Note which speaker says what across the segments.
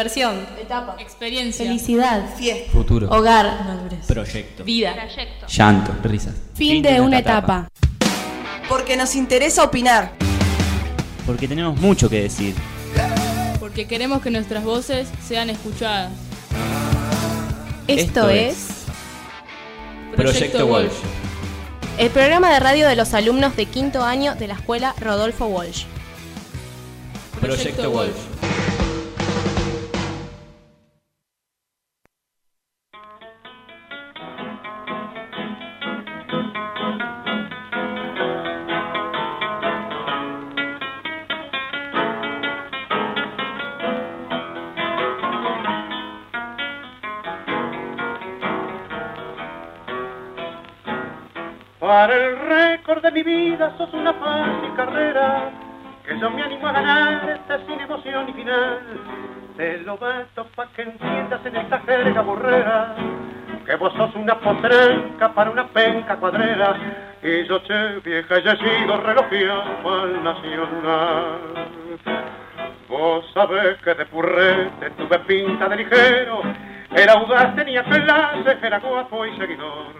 Speaker 1: Versión.
Speaker 2: Etapa.
Speaker 3: Experiencia.
Speaker 1: Felicidad.
Speaker 2: Fiesta.
Speaker 4: Futuro.
Speaker 1: Hogar. Madurez.
Speaker 4: Proyecto.
Speaker 1: Vida.
Speaker 3: Trayecto.
Speaker 4: Llanto. Risas.
Speaker 1: Fin de una etapa.
Speaker 2: Porque nos interesa opinar.
Speaker 4: Porque tenemos mucho que decir.
Speaker 3: Porque queremos que nuestras voces sean escuchadas.
Speaker 1: Esto
Speaker 4: Esto
Speaker 1: es
Speaker 4: Proyecto Walsh.
Speaker 1: el programa de radio de los alumnos de quinto año de la escuela Rodolfo Walsh.
Speaker 4: Proyecto Wolf.
Speaker 5: Para el récord de mi vida sos una fácil carrera que yo me animo a ganar este sin emoción y final. Te lo bato pa' que entiendas en esta jerga burrera que vos sos una potranca para una penca cuadrera y yo che vieja ya sigo relojeando al nacional. Vos sabés que de purrete tuve pinta de ligero, era audaz, tenía clase, era guapo y seguidor.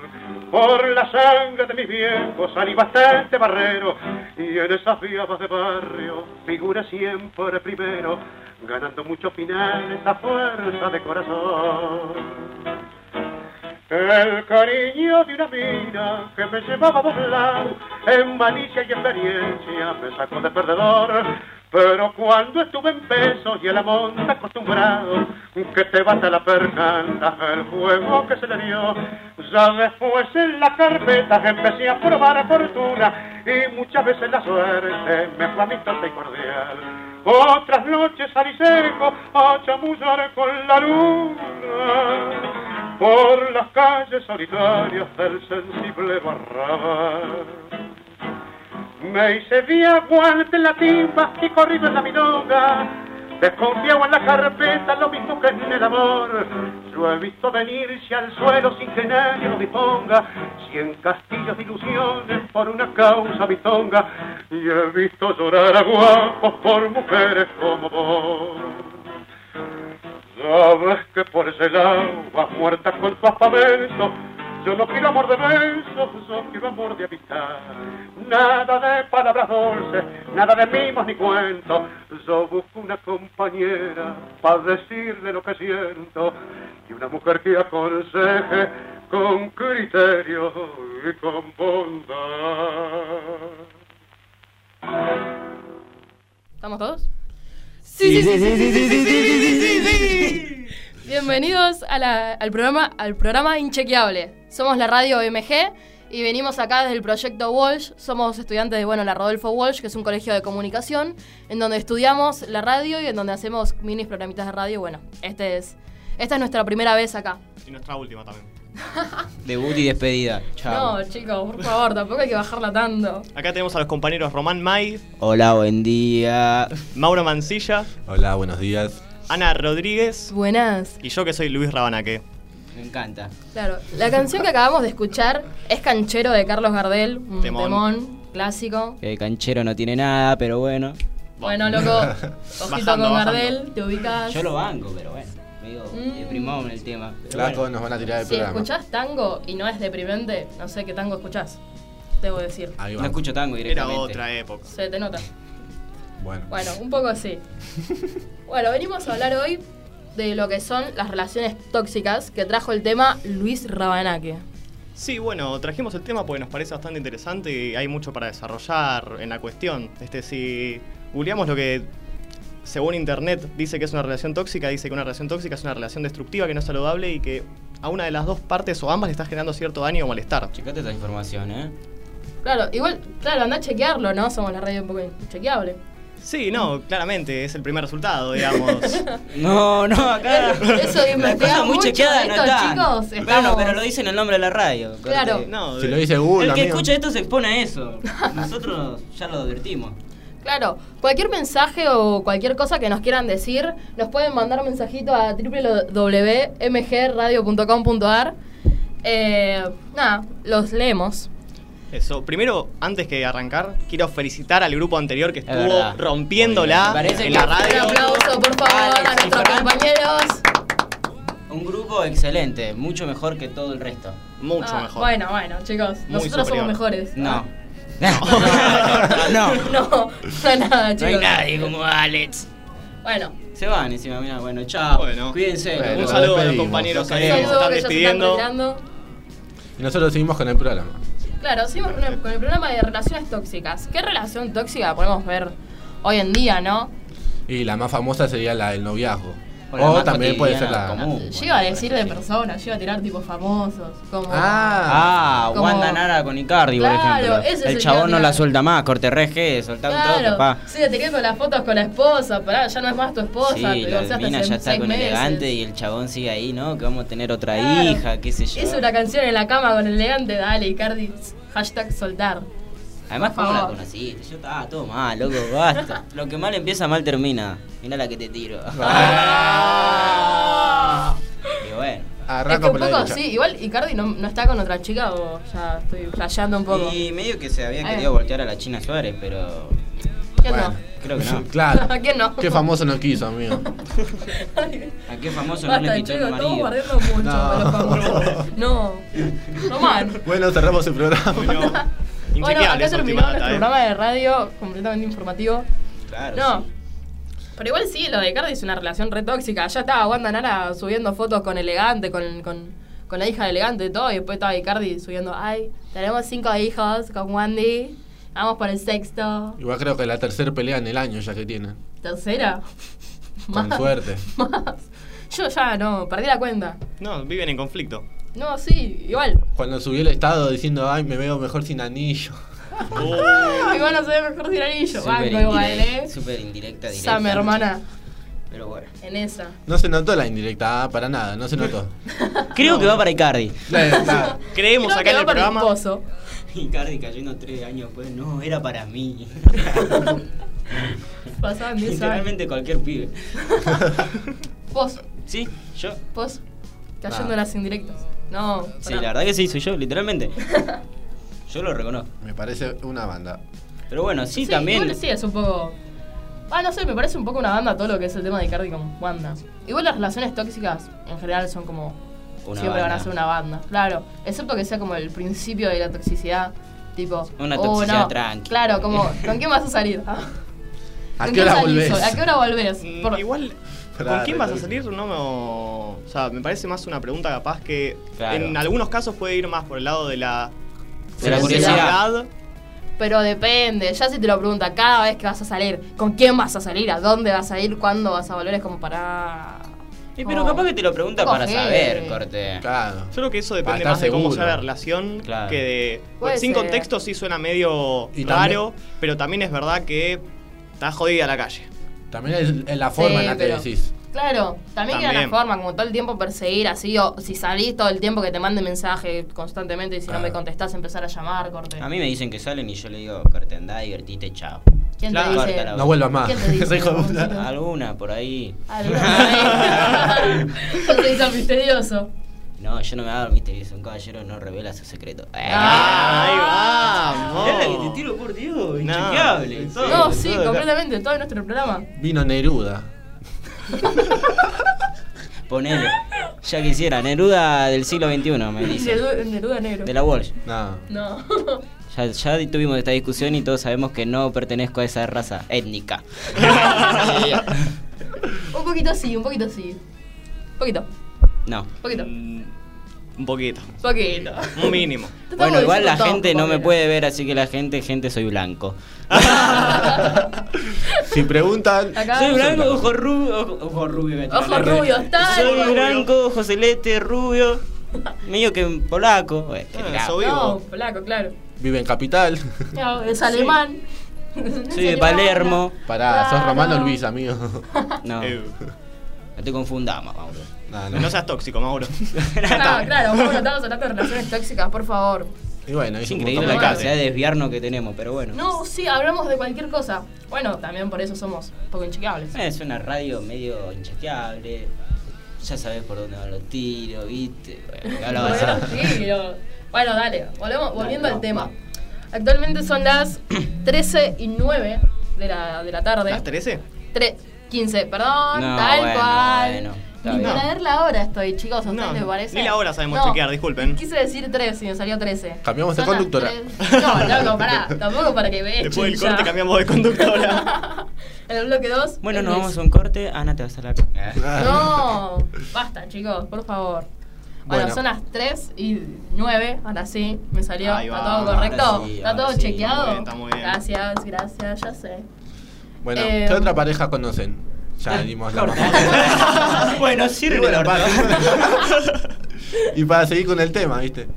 Speaker 5: Por la sangre de mis viejos salí bastante barrero, y en esas vías de barrio figura siempre primero, ganando muchos finales a fuerza de corazón. El cariño de una mina que me llevaba doblado en malicia y experiencia me sacó de perdedor. Pero cuando estuve en pesos y el amor está acostumbrado, que te bata la percanta, el juego que se le dio. Ya después en la carpeta empecé a probar fortuna y muchas veces la suerte me fue amistosa y cordial. Otras noches salí seco a chamullar con la luna por las calles solitarias del sensible barrabal. Me hice vía guante en la timba y corrido en la milonga, desconfiado en la carpeta, lo mismo que en el amor. Yo he visto venirse al suelo sin que nadie lo disponga, cien castillos de ilusiones por una causa bitonga, y he visto llorar a guapos por mujeres como vos. Sabes que por ese lado vas muerta con tu aspavento. Yo no quiero amor de besos, yo quiero amor de amistad. Nada de palabras dulces, nada de mimos ni cuentos. Yo busco una compañera para decirle lo que siento. Y una mujer que aconseje con criterio y con bondad.
Speaker 3: ¿Estamos todos? Sí, sí, sí, sí, sí, sí, sí, Bienvenidos a la- al programa al programa Inchequeable. Somos la radio OMG y venimos acá desde el proyecto Walsh. Somos estudiantes de bueno, la Rodolfo Walsh, que es un colegio de comunicación en donde estudiamos la radio y en donde hacemos minis programitas de radio. Bueno, este es esta es nuestra primera vez acá.
Speaker 6: Y nuestra última también.
Speaker 4: Debut y despedida. Chao.
Speaker 3: No, chicos, por favor, tampoco hay que bajarla tanto.
Speaker 6: Acá tenemos a los compañeros Román May,
Speaker 4: Hola, buen día.
Speaker 6: Mauro Mancilla,
Speaker 7: Hola, buenos días.
Speaker 6: Ana Rodríguez
Speaker 3: Buenas.
Speaker 6: y yo que soy Luis Rabanaque.
Speaker 4: Me encanta.
Speaker 3: Claro, la canción que acabamos de escuchar es Canchero de Carlos Gardel, un
Speaker 6: Temón.
Speaker 3: temón clásico.
Speaker 4: El canchero no tiene nada, pero bueno.
Speaker 3: Bueno, loco, ojito
Speaker 6: Bajando,
Speaker 3: con
Speaker 6: bajando.
Speaker 3: Gardel, te ubicas.
Speaker 4: Yo lo banco, pero bueno. Me digo, deprimón el tema. pero
Speaker 7: Claro,
Speaker 4: bueno.
Speaker 7: nos van a tirar el
Speaker 3: Si
Speaker 7: programa.
Speaker 3: escuchás tango y no es deprimente, no sé qué tango escuchás. Debo decir.
Speaker 7: Ahí
Speaker 4: No
Speaker 7: va.
Speaker 4: escucho tango
Speaker 6: Era
Speaker 4: directamente.
Speaker 6: otra eh. época.
Speaker 3: Se te nota.
Speaker 7: Bueno.
Speaker 3: Bueno, un poco sí. Bueno, venimos a hablar hoy de lo que son las relaciones tóxicas que trajo el tema Luis Rabanaque.
Speaker 6: Sí, bueno, trajimos el tema porque nos parece bastante interesante y hay mucho para desarrollar en la cuestión. Este, si googleamos lo que según internet dice que es una relación tóxica, dice que una relación tóxica es una relación destructiva, que no es saludable y que a una de las dos partes o ambas le estás generando cierto daño o molestar.
Speaker 4: Checate esta información, ¿eh?
Speaker 3: Claro, igual, claro, anda a chequearlo, ¿no? Somos la radio un poco chequeable.
Speaker 6: Sí, no, claramente, es el primer resultado, digamos.
Speaker 4: No, no, acá.
Speaker 3: Eso de
Speaker 4: Las
Speaker 3: investigar
Speaker 4: cosas
Speaker 3: mucho,
Speaker 4: chequeadas
Speaker 3: estos
Speaker 4: están.
Speaker 3: chicos
Speaker 4: Bueno,
Speaker 3: estamos-
Speaker 4: pero lo dicen el nombre de la radio. corte.
Speaker 3: Claro.
Speaker 6: No,
Speaker 7: Si
Speaker 6: de-
Speaker 7: lo dice Google,
Speaker 4: el que
Speaker 7: amigo.
Speaker 4: escucha esto se expone a eso. Nosotros ya lo advertimos.
Speaker 3: Claro, cualquier mensaje o cualquier cosa que nos quieran decir, nos pueden mandar un mensajito a www.mgradio.com.ar. Eh, nada, los leemos.
Speaker 6: Eso, primero, antes que arrancar, quiero felicitar al grupo anterior que
Speaker 4: verdad.
Speaker 6: estuvo
Speaker 4: Muy
Speaker 6: rompiéndola
Speaker 4: bien. Parece
Speaker 6: en
Speaker 4: que-
Speaker 6: la
Speaker 3: Un
Speaker 6: radio.
Speaker 3: aplauso, por favor,
Speaker 4: Alex
Speaker 3: a
Speaker 4: y
Speaker 3: nuestro
Speaker 4: Fernando.
Speaker 3: compañero
Speaker 4: estuvo excelente, mucho mejor que todo el resto.
Speaker 6: Mucho
Speaker 3: Ah,
Speaker 6: mejor.
Speaker 3: Bueno, bueno, chicos.
Speaker 6: Muy
Speaker 3: nosotros
Speaker 6: superior.
Speaker 3: somos mejores.
Speaker 4: No. No, no,
Speaker 3: No, no hay nada,
Speaker 4: no hay
Speaker 3: chicos.
Speaker 4: nadie como Alex.
Speaker 3: Bueno,
Speaker 4: Se van encima, mira, bueno, chao.
Speaker 6: Ah, Bueno.
Speaker 4: Cuídense.
Speaker 7: Bueno,
Speaker 6: un
Speaker 7: nos
Speaker 6: saludo a los
Speaker 7: despedimos.
Speaker 6: compañeros
Speaker 4: Los
Speaker 6: ahí que se
Speaker 4: queremos.
Speaker 3: saludos
Speaker 6: Eh,
Speaker 3: que ya se están
Speaker 6: están despidiendo.
Speaker 3: retirando.
Speaker 7: Y nosotros seguimos con el programa.
Speaker 3: Claro, seguimos con el, con el programa de relaciones tóxicas. ¿Qué relación tóxica podemos ver hoy en día, no?
Speaker 7: Y la más famosa sería la del noviazgo.
Speaker 4: O la
Speaker 7: O,
Speaker 4: más
Speaker 7: también puede ser la.
Speaker 4: cotidiana, común.
Speaker 3: Yo iba a decir de personas, yo iba a tirar tipos famosos, como...
Speaker 7: Ah,
Speaker 4: Ah,
Speaker 3: Como-
Speaker 4: Wanda Nara con Icardi, por
Speaker 3: Claro,
Speaker 4: ejemplo.
Speaker 3: ese es el
Speaker 4: el
Speaker 3: que
Speaker 4: chabón no
Speaker 3: habla.
Speaker 4: la suelta más, corte RG, soltá un toque,
Speaker 3: Claro,
Speaker 4: pa.
Speaker 3: sí, te quedas con las fotos con la esposa, pará, ya no es más tu esposa,
Speaker 4: Sí,
Speaker 3: te
Speaker 4: la
Speaker 3: divorciaste
Speaker 4: mina
Speaker 3: hace
Speaker 4: ya está
Speaker 3: seis
Speaker 4: con
Speaker 3: meses.
Speaker 4: elegante y el chabón sigue ahí, ¿no? Que vamos a tener otra
Speaker 3: Claro.
Speaker 4: hija, qué sé yo.
Speaker 3: Hizo una canción en la cama con el elegante, dale, Icardi, hashtag soltar.
Speaker 4: Además,
Speaker 3: Por
Speaker 4: ¿cómo la
Speaker 3: favor.
Speaker 4: conociste? Yo estaba todo mal, loco, basta. Lo que mal empieza, mal termina. Mirá la que te tiro. Ah. y bueno.
Speaker 7: Ah. arranca
Speaker 3: es que un
Speaker 7: por la
Speaker 3: poco
Speaker 7: derecha.
Speaker 3: sí, igual Icardi no, no está con otra chica o ya estoy flasheando un poco.
Speaker 4: Y medio que se había
Speaker 3: Ahí
Speaker 4: querido
Speaker 3: va.
Speaker 4: voltear a la China Suárez, pero
Speaker 3: ¿Quién
Speaker 7: Bueno.
Speaker 3: no?
Speaker 4: creo que no.
Speaker 7: Claro.
Speaker 3: ¿Quién no?
Speaker 7: Qué famoso no quiso, amigo.
Speaker 4: ¿A qué famoso no le
Speaker 3: Basta,
Speaker 4: pichó
Speaker 3: chicos,
Speaker 4: el
Speaker 3: estamos
Speaker 4: marido?
Speaker 3: guardando mucho
Speaker 7: No.
Speaker 3: para los famosos. No, no man.
Speaker 7: Bueno, cerramos el programa.
Speaker 6: Bueno,
Speaker 3: Bueno,
Speaker 6: inchequeable
Speaker 3: acá
Speaker 6: esa
Speaker 3: terminó
Speaker 6: última
Speaker 3: nuestro
Speaker 6: data, ¿eh?
Speaker 3: programa de radio completamente informativo.
Speaker 4: Claro.
Speaker 3: No.
Speaker 4: sí.
Speaker 3: Pero igual sí, lo de Icardi es una relación re tóxica. Ya estaba Wanda Nara subiendo fotos con Elegante, con, con, con la hija de Elegante y todo. Y después estaba Icardi subiendo, ay, tenemos cinco hijos con Wandy. Vamos por el sexto.
Speaker 7: Igual creo que la tercera pelea en el año ya que tienen.
Speaker 3: Tercera.
Speaker 7: Con suerte.
Speaker 3: Más. Yo ya no, perdí la cuenta.
Speaker 6: No, viven en conflicto.
Speaker 3: No, sí, igual.
Speaker 7: Cuando subió el estado diciendo, ay, me veo mejor sin anillo. Oh.
Speaker 3: Igual no se ve mejor sin anillo.
Speaker 4: Súper
Speaker 3: Banco igual,
Speaker 4: indirecta-
Speaker 3: ¿eh?
Speaker 4: Súper indirecta, directa.
Speaker 3: Sam, hermana,
Speaker 4: Pero bueno.
Speaker 3: en esa.
Speaker 7: No se notó la indirecta, ah, para nada, no se notó.
Speaker 4: Creo que va para Icardi.
Speaker 7: Está.
Speaker 6: Creemos
Speaker 3: Creo
Speaker 6: acá
Speaker 3: que
Speaker 6: en el
Speaker 3: va para mi
Speaker 6: programa.
Speaker 3: esposo.
Speaker 4: Icardi cayendo tres años después, no, era para mí.
Speaker 3: Pasaban 10 años.
Speaker 4: Literalmente cualquier pibe.
Speaker 3: Vos,
Speaker 4: ¿Sí? ¿Yo?
Speaker 3: vos, cayendo
Speaker 7: Nah.
Speaker 3: en las indirectas. No.
Speaker 4: Ah. Sí,
Speaker 3: pará.
Speaker 4: la verdad que sí, soy yo, literalmente. Yo lo reconozco.
Speaker 7: Me parece una banda.
Speaker 4: Pero bueno, sí,
Speaker 3: Sí,
Speaker 4: también.
Speaker 3: Igual sí, es un poco. Ah, no sé, me parece un poco una banda todo lo que es el tema de Cardi con Wanda. Igual las relaciones tóxicas en general son como.
Speaker 4: Una
Speaker 3: siempre van a
Speaker 4: banda.
Speaker 3: ser una banda, claro. Excepto que sea como el principio de la toxicidad. Tipo.
Speaker 4: Una
Speaker 3: oh,
Speaker 4: toxicidad
Speaker 3: no.
Speaker 4: tranqui.
Speaker 3: Claro, como. ¿Con quién vas a salir? Ah,
Speaker 7: ¿A
Speaker 3: ¿con
Speaker 7: qué
Speaker 3: quién
Speaker 7: hora
Speaker 3: salís
Speaker 7: volvés?
Speaker 3: hoy? ¿A qué hora volvés?
Speaker 6: Mm,
Speaker 3: Por-
Speaker 6: Igual,
Speaker 7: Pará,
Speaker 6: ¿con quién vas a
Speaker 7: recuerdo.
Speaker 6: salir? No me... O sea, me parece más una pregunta capaz que
Speaker 4: Claro.
Speaker 6: en algunos casos puede ir más por el lado de la...
Speaker 4: De la
Speaker 6: sinceridad.
Speaker 3: Pero depende. Ya si te lo pregunta cada vez que vas a salir, ¿con quién vas a salir? ¿A dónde vas a ir? ¿Cuándo vas a volver? Es como para.
Speaker 4: Eh, pero capaz que te lo pregunta
Speaker 3: Coge.
Speaker 4: para saber, corte.
Speaker 7: Claro.
Speaker 6: Yo creo que eso depende
Speaker 7: Para
Speaker 6: más
Speaker 7: estar
Speaker 6: de cómo
Speaker 7: seguro.
Speaker 6: sea la relación
Speaker 4: Claro.
Speaker 6: que de...
Speaker 3: Puede
Speaker 6: sin
Speaker 3: ser.
Speaker 6: contexto sí suena medio
Speaker 7: Y
Speaker 6: raro, pero también es verdad que está jodida la calle.
Speaker 7: También es- es la forma en la que
Speaker 3: pero-
Speaker 7: decís.
Speaker 3: Claro, también, queda la
Speaker 6: También.
Speaker 3: forma, como todo el tiempo perseguir así, o si salís todo el tiempo que te mande mensaje constantemente y si no
Speaker 7: Claro.
Speaker 3: me contestás empezar a llamar, corte.
Speaker 4: A mí me dicen que salen y yo le digo, corte, andá, divertite, chao.
Speaker 3: ¿Quién
Speaker 6: Claro.
Speaker 3: te dice?
Speaker 4: Córtala,
Speaker 7: No vuelvas más.
Speaker 3: ¿Quién te dice?
Speaker 7: Ese hijo de puta.
Speaker 4: Alguna por ahí.
Speaker 3: Alguna vez. No te hizo misterioso.
Speaker 4: No, yo no me hago el misterioso. Un caballero no revela su secreto. Eh.
Speaker 3: Ah.
Speaker 4: Mirá la que te tiro por Dios, inchequeable. todo,
Speaker 3: No, sí,
Speaker 4: todo.
Speaker 3: completamente, todo nuestro programa.
Speaker 7: Vino Neruda.
Speaker 4: Eh, Ponele. Ya quisiera, Neruda del siglo XXI, me dice.
Speaker 3: Neruda Neruda negro.
Speaker 4: De la Walsh.
Speaker 7: No.
Speaker 3: No.
Speaker 4: Ya, ya tuvimos esta discusión y todos sabemos que no pertenezco a esa raza étnica.
Speaker 3: un poquito sí, un poquito sí. Un poquito,
Speaker 4: No.
Speaker 3: un poquito, un
Speaker 6: Mm, Un poquito,
Speaker 3: poquito.
Speaker 6: un mínimo.
Speaker 3: Te estamos
Speaker 4: Bueno, igual la
Speaker 3: diciendo todo,
Speaker 4: gente no me
Speaker 3: compañero.
Speaker 4: puede ver, así que la gente, gente, soy blanco.
Speaker 7: Si preguntan.
Speaker 3: Acá-
Speaker 4: Soy blanco, ojo rubio, ojo, ojo rubio. me
Speaker 3: Ojo
Speaker 4: tiré.
Speaker 3: rubio, está.
Speaker 4: Soy blanco, ojo celeste, rubio. Medio que polaco. Bueno, qué
Speaker 6: Ah,
Speaker 4: tirado.
Speaker 6: soy-
Speaker 3: No, polaco, claro.
Speaker 7: Vive en Capital.
Speaker 3: Claro, Es alemán.
Speaker 4: Soy de Palermo.
Speaker 7: Pará, sos
Speaker 3: Claro.
Speaker 7: Romano Luis, amigo.
Speaker 4: No,
Speaker 6: Eh,
Speaker 4: no te confundamos, Mauro.
Speaker 7: No, no.
Speaker 6: no seas tóxico, Mauro.
Speaker 3: Claro, claro, bueno, estamos hablando de relaciones tóxicas, por favor.
Speaker 7: Y bueno,
Speaker 4: Es
Speaker 7: hizo un
Speaker 4: increíble la
Speaker 7: montón de
Speaker 3: Bueno.
Speaker 7: cosas.
Speaker 4: capacidad de desviarnos que tenemos, pero bueno.
Speaker 3: No, sí, hablamos de cualquier cosa. Bueno, también por eso somos un poco inchequeables.
Speaker 4: Es una radio medio inchequeable. Ya sabes por dónde van los tiros, viste. Bueno, ya lo vas a-
Speaker 3: Bueno, sí, lo- bueno, dale, volvemos, volviendo al tema. Actualmente son las 13 y 9 de la, de la tarde.
Speaker 6: ¿Las 13?
Speaker 3: Tre- 15, perdón,
Speaker 4: No,
Speaker 3: tal
Speaker 4: bueno,
Speaker 3: cual.
Speaker 4: bueno. Está
Speaker 3: Ni
Speaker 4: bien.
Speaker 3: para ver la hora estoy, chicos. ¿A ustedes
Speaker 6: No,
Speaker 3: les parece?
Speaker 6: ni la hora sabemos chequear, disculpen.
Speaker 3: Quise decir 13 y me salió 13.
Speaker 7: Cambiamos de
Speaker 3: Son las
Speaker 7: conductora.
Speaker 3: tres- No, loco, pará. Tampoco para que vean.
Speaker 6: Después del corte cambiamos de conductora.
Speaker 3: En el bloque 2.
Speaker 8: Bueno, nos vamos a un corte. Ana, te vas a la.
Speaker 7: Ah.
Speaker 3: No, basta, chicos, por favor. Bueno,
Speaker 7: Bueno.
Speaker 3: son las 3 y 9, ahora sí, me salió.
Speaker 6: Ahí
Speaker 3: ¿Está
Speaker 6: va,
Speaker 3: todo
Speaker 6: ahora
Speaker 3: correcto?
Speaker 4: sí,
Speaker 3: ¿Está
Speaker 4: ahora
Speaker 3: todo
Speaker 4: sí,
Speaker 3: chequeado?
Speaker 6: muy bien, está muy bien.
Speaker 3: Gracias, gracias, ya sé.
Speaker 7: Bueno,
Speaker 3: Eh,
Speaker 7: ¿qué otra pareja conocen? Ya dimos la mamá.
Speaker 8: bueno,
Speaker 7: Y
Speaker 8: sirve
Speaker 7: bueno,
Speaker 8: el orto.
Speaker 7: para- y para seguir con el tema, ¿viste?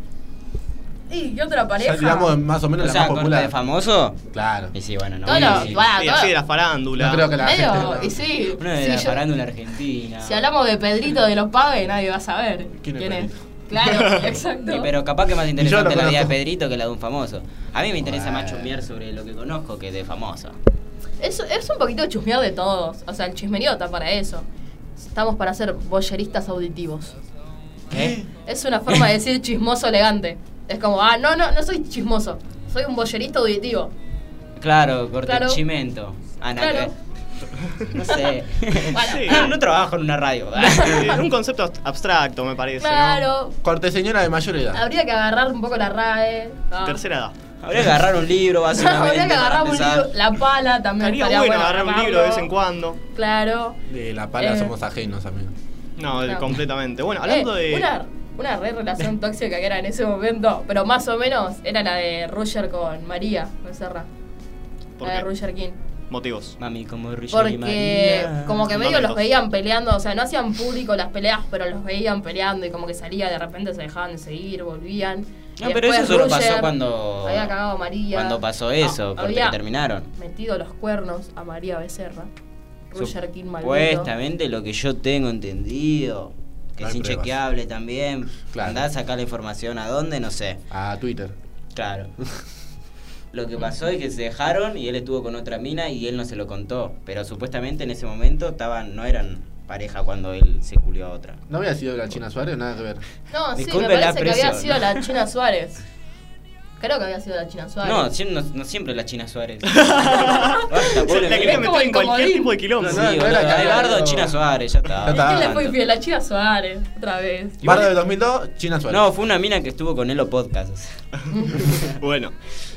Speaker 3: ¿Y qué otra
Speaker 7: Ya
Speaker 3: pareja?
Speaker 7: tiramos más o menos
Speaker 4: O
Speaker 7: la
Speaker 4: sea,
Speaker 7: más
Speaker 4: corte de
Speaker 7: popular.
Speaker 4: famoso.
Speaker 7: Claro.
Speaker 4: Y sí, bueno, no.
Speaker 3: No, no,
Speaker 4: sí.
Speaker 3: va,
Speaker 6: Y
Speaker 3: Ah, todo.
Speaker 6: así Eh, de la farándula.
Speaker 7: No creo que la
Speaker 3: Medio,
Speaker 7: gente.
Speaker 3: y sí,
Speaker 4: Uno de
Speaker 3: sí,
Speaker 4: la
Speaker 3: yo-
Speaker 4: farándula argentina.
Speaker 3: si hablamos de Pedrito de los Paves, nadie va a saber
Speaker 7: ¿Quién es Pedrito?
Speaker 3: Claro,
Speaker 4: Sí,
Speaker 3: exacto.
Speaker 4: pero capaz que más
Speaker 7: Yo
Speaker 4: interesante
Speaker 7: lo
Speaker 4: la vida de
Speaker 7: conozco.
Speaker 4: Pedrito que la de un famoso. A mí me interesa
Speaker 7: Bueno.
Speaker 4: más chusmear sobre lo que conozco que de famoso.
Speaker 3: Es, es un poquito chusmear de todos. O sea, el chismerío está para eso. Estamos para ser boyeristas auditivos.
Speaker 4: ¿Qué?
Speaker 3: Es una forma de decir chismoso elegante. Es como, ah, no, no, no soy chismoso. Soy un boyerista auditivo.
Speaker 4: Claro, Ah, corte
Speaker 3: Claro.
Speaker 4: chimento. Ana,
Speaker 3: Claro.
Speaker 4: ¿qué? No sé.
Speaker 3: Bueno.
Speaker 6: Sí.
Speaker 4: No, no trabajo en una radio.
Speaker 6: Eh, un concepto abst- abstracto, me parece. ¿no?
Speaker 3: Claro.
Speaker 7: Corte señora de mayor edad.
Speaker 3: Habría que agarrar un poco la RAE. Ah.
Speaker 6: Tercera edad.
Speaker 4: Habría que agarrar un libro, básicamente.
Speaker 3: Habría que
Speaker 4: para
Speaker 3: agarrar un
Speaker 4: empezar.
Speaker 3: libro. La pala también.
Speaker 6: Estaría
Speaker 3: estaría
Speaker 6: bueno agarrar un libro de vez en cuando.
Speaker 3: Claro.
Speaker 7: De la pala
Speaker 3: Eh.
Speaker 7: somos ajenos, amigo.
Speaker 6: No,
Speaker 3: No.
Speaker 6: completamente. Bueno, hablando
Speaker 3: Eh,
Speaker 6: de.
Speaker 3: Una, una re relación tóxica que era en ese momento, pero más o menos era la de Roger con María Becerra.
Speaker 6: ¿Por
Speaker 3: La de
Speaker 6: qué?
Speaker 3: Roger King.
Speaker 6: Motivos.
Speaker 4: Mami, como Roger y
Speaker 3: Porque
Speaker 4: María.
Speaker 3: como que medio
Speaker 6: Dame
Speaker 3: los
Speaker 6: dos.
Speaker 3: veían peleando, o sea, no hacían público las peleas, pero los veían peleando y como que salía, de repente se dejaban de seguir, volvían.
Speaker 4: No,
Speaker 3: Y
Speaker 4: pero
Speaker 3: después
Speaker 4: eso solo pasó
Speaker 3: Roger
Speaker 4: cuando.
Speaker 3: había cagado a María.
Speaker 4: Cuando pasó eso,
Speaker 3: No,
Speaker 4: porque
Speaker 3: había
Speaker 4: terminaron.
Speaker 3: metido los cuernos a María Becerra. Roger King maldito.
Speaker 4: Supuestamente lo que yo tengo entendido, que
Speaker 7: No
Speaker 4: es
Speaker 7: hay pruebas.
Speaker 4: inchequeable también.
Speaker 7: Claro.
Speaker 4: Andá a sacar la información a dónde, no sé.
Speaker 7: A Twitter.
Speaker 4: Claro. Lo que pasó es que se dejaron y él estuvo con otra mina y él no se lo contó. Pero supuestamente en ese momento estaban, no eran pareja cuando él se culió a otra.
Speaker 7: ¿No había sido la China Suárez? Nada que ver.
Speaker 3: No, sí, me
Speaker 4: Disculpe la
Speaker 3: parece que había
Speaker 4: presión.
Speaker 3: sido la China Suárez. Creo que había sido la China Suárez.
Speaker 4: No, sie- no, no siempre la China Suárez. Basta,
Speaker 6: Se-
Speaker 4: pobre
Speaker 6: la quería
Speaker 4: mina.
Speaker 3: como
Speaker 6: meter
Speaker 3: el
Speaker 6: en cualquier
Speaker 3: comodín.
Speaker 6: tipo de quilombo.
Speaker 7: No,
Speaker 4: Sí,
Speaker 7: no,
Speaker 4: boludo,
Speaker 7: era
Speaker 4: hay
Speaker 7: Carlos.
Speaker 4: bardo de China Suárez, ya
Speaker 7: Ya
Speaker 4: está.
Speaker 7: está.
Speaker 3: ¿Quién le fue infiel? La China Suárez, otra vez.
Speaker 7: Bardo del 2002, China Suárez.
Speaker 4: No, fue una mina que estuvo con él o podcast.
Speaker 6: Bueno,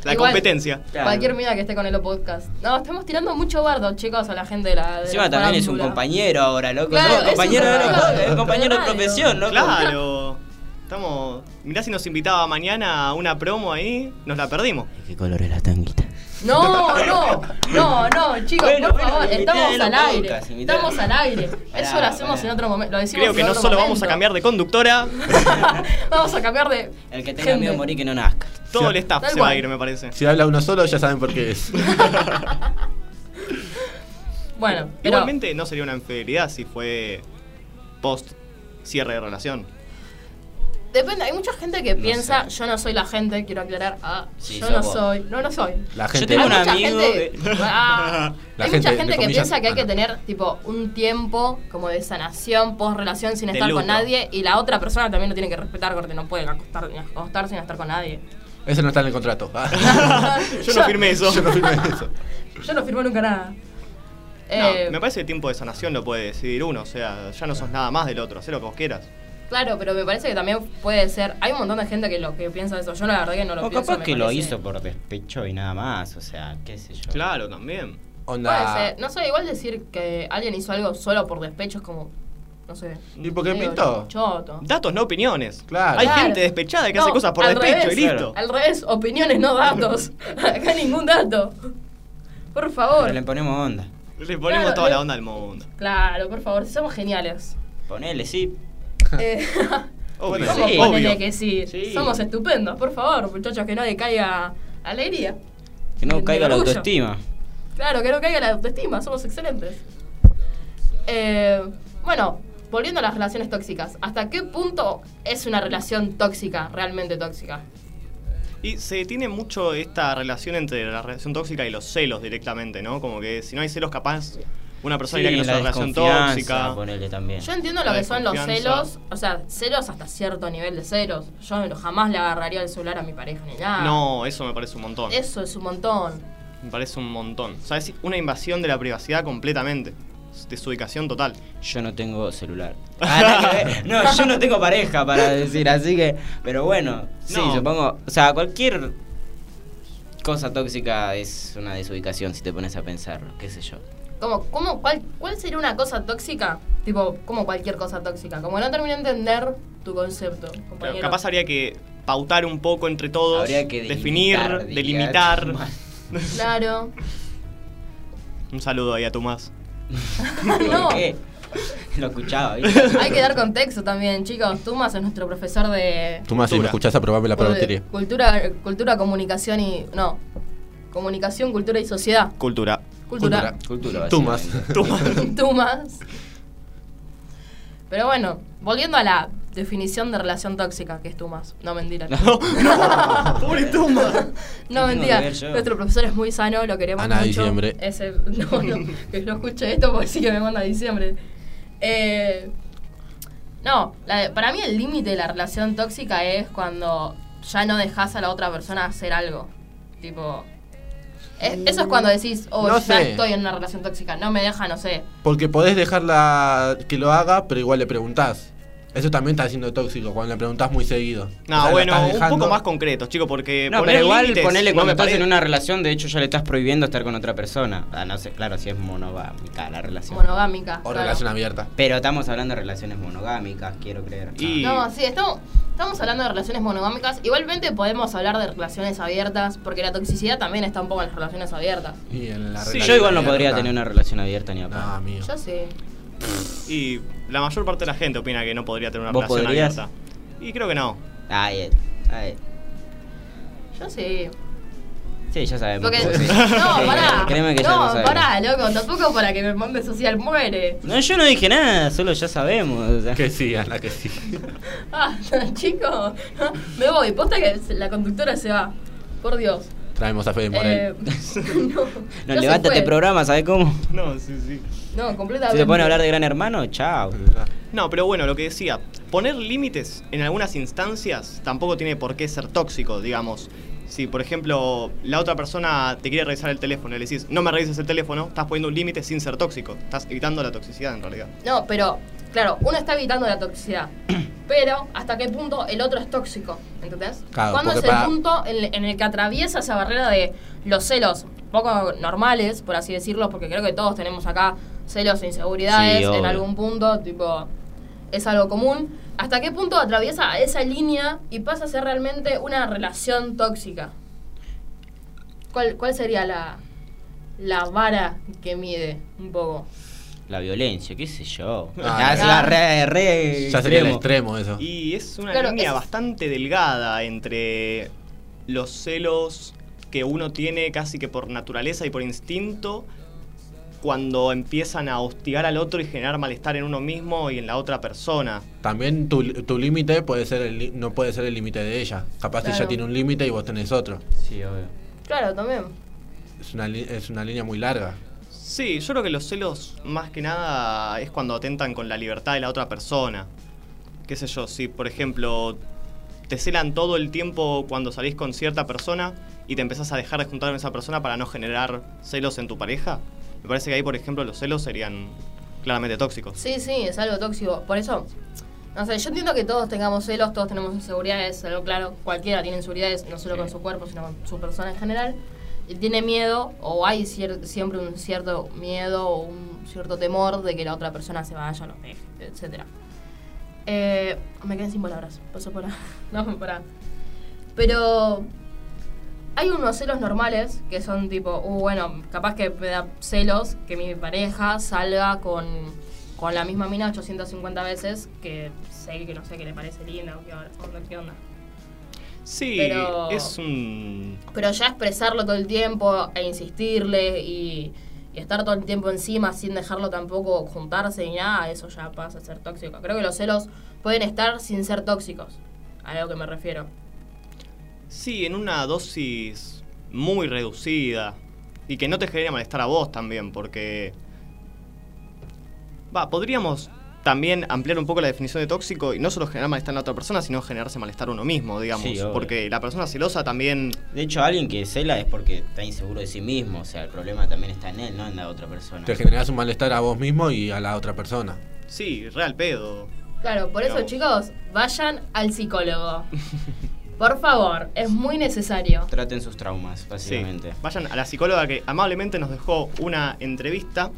Speaker 6: la
Speaker 3: Igual.
Speaker 6: competencia.
Speaker 4: Claro.
Speaker 3: Cualquier mina que esté con el podcast. No, estamos tirando mucho bardo, chicos, a la gente de la. de
Speaker 4: Encima
Speaker 3: la
Speaker 4: también es un
Speaker 3: farándula.
Speaker 4: compañero ahora, loco.
Speaker 3: Claro,
Speaker 4: Somos
Speaker 3: es un
Speaker 4: compañeros de,
Speaker 3: compañero
Speaker 4: loco,
Speaker 3: de-
Speaker 4: es compañero
Speaker 3: de
Speaker 4: de
Speaker 3: radio.
Speaker 4: profesión, loco.
Speaker 6: Claro. Estamos. Mirá si nos invitaba mañana a una promo ahí, nos la perdimos.
Speaker 4: ¿Qué color es la tanguita?
Speaker 3: No, no, no, no, chicos,
Speaker 4: Bueno,
Speaker 3: por
Speaker 4: bueno,
Speaker 3: favor,
Speaker 4: invité
Speaker 3: estamos
Speaker 4: de los
Speaker 3: al aire.
Speaker 4: podcasts, invité de los-
Speaker 3: estamos al aire.
Speaker 4: Pará,
Speaker 3: Eso lo hacemos
Speaker 4: pará.
Speaker 3: en otro momento. Lo decimos
Speaker 6: Creo que
Speaker 3: en
Speaker 6: no
Speaker 3: otro
Speaker 6: solo vamos
Speaker 3: momento.
Speaker 6: a cambiar de conductora,
Speaker 3: vamos a cambiar de.
Speaker 4: El que tenga
Speaker 3: gente.
Speaker 4: miedo a morir que no nazca.
Speaker 6: todo el staff
Speaker 3: Tal
Speaker 6: se va a
Speaker 3: cual.
Speaker 6: ir, me parece.
Speaker 7: Si habla uno solo, ya saben por qué es.
Speaker 3: Bueno, pero.
Speaker 6: Igualmente no sería una infidelidad si fue post cierre de relación.
Speaker 3: Depende, hay mucha gente que
Speaker 4: No
Speaker 3: piensa,
Speaker 4: sé.
Speaker 3: yo no soy la gente, quiero aclarar, ah,
Speaker 4: Sí,
Speaker 3: yo
Speaker 4: sos
Speaker 3: no
Speaker 4: vos.
Speaker 3: soy, no, no soy.
Speaker 7: La
Speaker 4: Yo
Speaker 7: gente.
Speaker 4: tengo
Speaker 3: Hay
Speaker 4: un
Speaker 3: mucha
Speaker 4: amigo
Speaker 3: gente-
Speaker 4: que-
Speaker 3: Ah,
Speaker 7: La
Speaker 3: hay
Speaker 7: gente,
Speaker 3: mucha gente
Speaker 7: entre
Speaker 3: que
Speaker 7: comillas,
Speaker 3: piensa que hay
Speaker 7: ah,
Speaker 3: que
Speaker 7: no.
Speaker 3: tener tipo un tiempo como de sanación, post relación sin
Speaker 6: De
Speaker 3: estar con
Speaker 6: luto.
Speaker 3: nadie y la otra persona también lo tiene que respetar porque no puede acostar, ni acostar sin estar con nadie.
Speaker 7: Ese no está en el contrato. Ah.
Speaker 6: Yo no firmé eso.
Speaker 7: Yo no firmé eso.
Speaker 3: Yo no firmo nunca nada. Eh,
Speaker 6: No, me parece que el tiempo de sanación lo puede decidir uno, o sea, ya no sos nada más del otro, hacé lo que vos quieras.
Speaker 3: Claro, pero me parece que también puede ser. Hay un montón de gente que lo que piensa eso. Yo la verdad que no lo
Speaker 4: O
Speaker 3: pienso.
Speaker 4: capaz
Speaker 3: me
Speaker 4: que lo
Speaker 3: parece.
Speaker 4: hizo por despecho y nada más, o sea, qué sé yo.
Speaker 6: Claro, también.
Speaker 3: Puede
Speaker 7: Onda.
Speaker 3: ser. No sé, igual decir que alguien hizo algo solo por despecho es como. No sé.
Speaker 7: ¿Y por qué
Speaker 3: medio
Speaker 7: pintó?
Speaker 3: Choto.
Speaker 6: Datos, no opiniones.
Speaker 7: Claro.
Speaker 6: Hay
Speaker 3: Claro.
Speaker 6: gente despechada que hace
Speaker 3: No,
Speaker 6: cosas por
Speaker 3: al
Speaker 6: despecho
Speaker 3: revés.
Speaker 6: y listo.
Speaker 3: Al revés, opiniones, no datos. Acá ningún dato. Por
Speaker 4: Pero
Speaker 3: favor.
Speaker 4: le ponemos onda.
Speaker 6: Le ponemos
Speaker 3: Claro, eh.
Speaker 6: toda
Speaker 3: le-
Speaker 6: la onda del mundo.
Speaker 3: Claro, por favor, somos geniales.
Speaker 4: Ponele, sí.
Speaker 3: Eh,
Speaker 6: Obvio,
Speaker 3: ¿Cómo
Speaker 4: sí.
Speaker 3: ponele
Speaker 6: obvio.
Speaker 3: que sí?
Speaker 4: Sí.
Speaker 3: Somos estupendos, por favor, muchachos, que no decaiga alegría.
Speaker 4: Que no
Speaker 3: Del
Speaker 4: caiga la
Speaker 3: orgullo.
Speaker 4: autoestima.
Speaker 3: Claro, que no caiga la autoestima, somos excelentes. Eh, bueno, volviendo a las relaciones tóxicas, ¿hasta qué punto es una relación tóxica, realmente tóxica?
Speaker 6: Y se tiene mucho esta relación entre la relación tóxica y los celos directamente, ¿no? Como que si no hay celos, capaz una persona diría que no es
Speaker 4: la
Speaker 6: una relación
Speaker 4: desconfianza,
Speaker 6: tóxica.
Speaker 4: Ponele también.
Speaker 3: Yo entiendo lo
Speaker 6: La
Speaker 3: que son los
Speaker 6: desconfianza.
Speaker 3: celos, o sea, celos hasta cierto nivel de celos. Yo no- jamás le agarraría el celular a mi pareja ni nada.
Speaker 6: No, eso me parece un montón.
Speaker 3: Eso Ah. es un montón.
Speaker 6: Me parece un montón. O sea, es una invasión de la privacidad completamente. O desubicación total.
Speaker 4: Yo no tengo celular. Ah, nada que ver. no, yo no tengo pareja para decir, así que. Pero bueno, sí,
Speaker 6: No.
Speaker 4: supongo. O sea, cualquier cosa tóxica es una desubicación si te pones a pensarlo, qué sé yo.
Speaker 3: ¿Cómo, cómo, cuál, ¿Cuál sería una cosa tóxica? Tipo, como cualquier cosa tóxica. Como no terminé de entender tu concepto. Compañero.
Speaker 6: Capaz habría que pautar un poco entre todos,
Speaker 4: Habría que
Speaker 6: definir,
Speaker 4: delimitar, diría,
Speaker 6: delimitar.
Speaker 4: Tomás.
Speaker 3: Claro.
Speaker 6: Un saludo ahí a Tomás.
Speaker 3: no.
Speaker 4: ¿Por qué? Lo escuchaba, ¿viste?
Speaker 3: Hay que dar contexto también, chicos. Tumas es nuestro profesor de
Speaker 7: Tú más si me
Speaker 6: Cultura.
Speaker 7: escuchás, aprobame la preguntería.
Speaker 3: cultura, cultura, comunicación y. No. Comunicación, cultura y sociedad.
Speaker 6: Cultura.
Speaker 3: Cultura.
Speaker 4: Cultura,
Speaker 7: Tú más.
Speaker 6: Tomás.
Speaker 3: Tumas. Pero bueno, volviendo a la definición de relación tóxica, que es Tumas. No mentira.
Speaker 4: No,
Speaker 6: eh,
Speaker 4: Ah,
Speaker 6: Pobre Tomás.
Speaker 3: No,
Speaker 4: Tengo
Speaker 3: mentira.
Speaker 4: que ver yo.
Speaker 3: Nuestro profesor es muy sano, lo queremos
Speaker 7: Ana
Speaker 3: mucho.
Speaker 7: Diciembre.
Speaker 3: Es el- no, no, que no escuche esto porque sí que me manda a diciembre. Eh, no, la- para mí el límite de la relación tóxica es cuando ya no dejas a la otra persona hacer algo. Tipo. es- eso es cuando decís, oh,
Speaker 7: No
Speaker 3: ya
Speaker 7: sé.
Speaker 3: estoy en una relación tóxica, no me deja, no sé.
Speaker 7: Porque podés dejarla que lo haga, pero igual le preguntás. Eso también está siendo tóxico cuando le preguntás muy seguido.
Speaker 6: No,
Speaker 7: O sea, la
Speaker 6: bueno,
Speaker 7: estás
Speaker 6: un
Speaker 7: dejando-
Speaker 6: poco más concretos, chicos, porque.
Speaker 4: No,
Speaker 6: poner
Speaker 4: pero igual
Speaker 6: límites
Speaker 4: ponerle
Speaker 6: no
Speaker 4: cuando
Speaker 6: me
Speaker 4: estás
Speaker 6: parece-
Speaker 4: en una relación, de hecho ya le estás prohibiendo estar con otra persona. Ah, no sé, claro, si es monogámica la relación.
Speaker 3: Monogámica.
Speaker 7: O
Speaker 3: claro.
Speaker 7: relación abierta.
Speaker 4: Pero estamos hablando de relaciones monogámicas, quiero creer.
Speaker 6: Y-
Speaker 3: No, sí, estamos, estamos hablando de relaciones monogámicas. Igualmente podemos hablar de relaciones abiertas, porque la toxicidad también está un poco en las relaciones abiertas.
Speaker 7: Y en la
Speaker 6: Sí,
Speaker 7: relación
Speaker 4: yo igual no podría
Speaker 7: abierta-
Speaker 4: tener una relación abierta ni a
Speaker 7: No,
Speaker 4: palo.
Speaker 7: amigo.
Speaker 3: Yo sí.
Speaker 6: Y la mayor parte de la gente opina que no podría tener una
Speaker 4: ¿Vos
Speaker 6: relación
Speaker 4: podrías?
Speaker 6: abierta. Y creo que no.
Speaker 4: Ay, eh, ay.
Speaker 3: Yo sí.
Speaker 4: Sí, ya sabemos.
Speaker 3: Porque,
Speaker 4: que vos sí.
Speaker 3: no,
Speaker 4: Sí,
Speaker 3: pará.
Speaker 4: Créeme que ya lo
Speaker 3: no,
Speaker 4: sabemos.
Speaker 3: pará, loco. Tampoco para que me mande social muere.
Speaker 4: No, yo no dije nada, solo ya sabemos. o sea.
Speaker 7: Que sí, a la que sí.
Speaker 3: Ah, chico. Me voy. Posta que la conductora se va. Por Dios.
Speaker 7: Traemos a Fede Morel.
Speaker 3: Eh, no,
Speaker 4: No,
Speaker 3: ya se
Speaker 4: levántate
Speaker 3: fue.
Speaker 4: programa, ¿sabes cómo?
Speaker 6: No, sí, sí.
Speaker 3: No,
Speaker 4: Si
Speaker 3: completamente.
Speaker 4: te ponen a hablar de Gran Hermano, chao.
Speaker 6: No, pero bueno, lo que decía, poner límites en algunas instancias tampoco tiene por qué ser tóxico, digamos. Si, por ejemplo, la otra persona te quiere revisar el teléfono y le decís, no me revises el teléfono, estás poniendo un límite sin ser tóxico. Estás evitando la toxicidad en realidad.
Speaker 3: No, pero, claro, uno está evitando la toxicidad. Pero, ¿hasta qué punto el otro es tóxico? ¿Entendés?
Speaker 7: Claro,
Speaker 3: ¿Cuándo es
Speaker 7: porque
Speaker 3: el
Speaker 7: para-
Speaker 3: punto en, en el que atraviesa esa barrera de los celos poco normales, por así decirlo? Porque creo que todos tenemos acá celos e inseguridades
Speaker 4: Sí, obvio.
Speaker 3: en algún punto, tipo, es algo común. ¿Hasta qué punto atraviesa esa línea y pasa a ser realmente una relación tóxica? ¿Cuál, cuál sería la, la vara que mide un poco?
Speaker 4: La violencia, qué sé yo.
Speaker 7: Ah,
Speaker 4: Ah,
Speaker 7: no.
Speaker 4: se va re,
Speaker 3: Eh,
Speaker 4: re
Speaker 7: Ya sería el
Speaker 4: extremo.
Speaker 7: extremo eso.
Speaker 6: Y es una
Speaker 3: Claro,
Speaker 6: línea
Speaker 3: es-
Speaker 6: bastante delgada entre los celos que uno tiene casi que por naturaleza y por instinto cuando empiezan a hostigar al otro y generar malestar en uno mismo y en la otra persona.
Speaker 7: También tu, tu límite puede ser el li- no puede ser el límite de ella. Capaz
Speaker 3: Claro.
Speaker 7: ella tiene un límite y vos tenés otro.
Speaker 4: Sí, obvio.
Speaker 3: Claro, también.
Speaker 7: Es una, li- es una línea muy larga.
Speaker 6: Sí, yo creo que los celos más que nada es cuando atentan con la libertad de la otra persona. Qué sé yo, si por ejemplo te celan todo el tiempo cuando salís con cierta persona y te empezás a dejar de juntar con esa persona para no generar celos en tu pareja, me parece que ahí por ejemplo los celos serían claramente tóxicos.
Speaker 3: Sí, sí, es algo tóxico. Por eso, no sé, yo entiendo que todos tengamos celos, todos tenemos inseguridades, algo claro, cualquiera tiene inseguridades, no solo con su cuerpo, sino con su persona en general. Y tiene miedo, o hay cier- siempre un cierto miedo o un cierto temor de que la otra persona se vaya, nos deje, etc. me quedé sin palabras, paso por ahí. No, pará. Pero hay unos celos normales que son tipo, uh, bueno, capaz que me da celos que mi pareja salga con, con la misma mina 850 veces que sé que no sé que le parece linda o qué onda. Qué onda.
Speaker 6: Sí,
Speaker 3: Pero-
Speaker 6: es un...
Speaker 3: Pero ya expresarlo todo el tiempo e insistirle y, y estar todo el tiempo encima sin dejarlo tampoco juntarse ni nada, eso ya pasa a ser tóxico. Creo que los celos pueden estar sin ser tóxicos, a lo que me refiero.
Speaker 6: Sí, en una dosis muy reducida y que no te genere malestar a vos también, porque... Va, podríamos también ampliar un poco la definición de tóxico y no solo generar malestar en la otra persona, sino generarse malestar uno mismo, digamos.
Speaker 4: Sí, obvio.
Speaker 6: porque la persona celosa también
Speaker 4: De hecho, alguien que cela es porque está inseguro de sí mismo. O sea, el problema también está en él, no en la otra persona.
Speaker 7: Te generas un malestar a vos mismo y a la otra persona.
Speaker 6: Sí, real pedo.
Speaker 3: Claro, por eso
Speaker 6: Digamos.
Speaker 3: chicos, vayan al psicólogo. Por favor, es muy necesario.
Speaker 4: Traten sus traumas,
Speaker 6: Sí.
Speaker 4: básicamente.
Speaker 6: Vayan a la psicóloga que amablemente nos dejó una entrevista.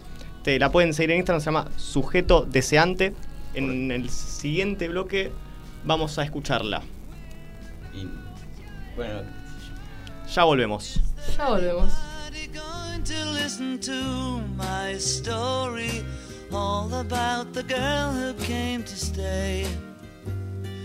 Speaker 6: Te la pueden seguir en Instagram, se llama Sujeto Deseante. En el siguiente bloque vamos a escucharla.
Speaker 4: Y, bueno,
Speaker 6: Ya volvemos.
Speaker 3: Ya volvemos.
Speaker 9: Everybody going to listen to my story all about the girl who came to stay.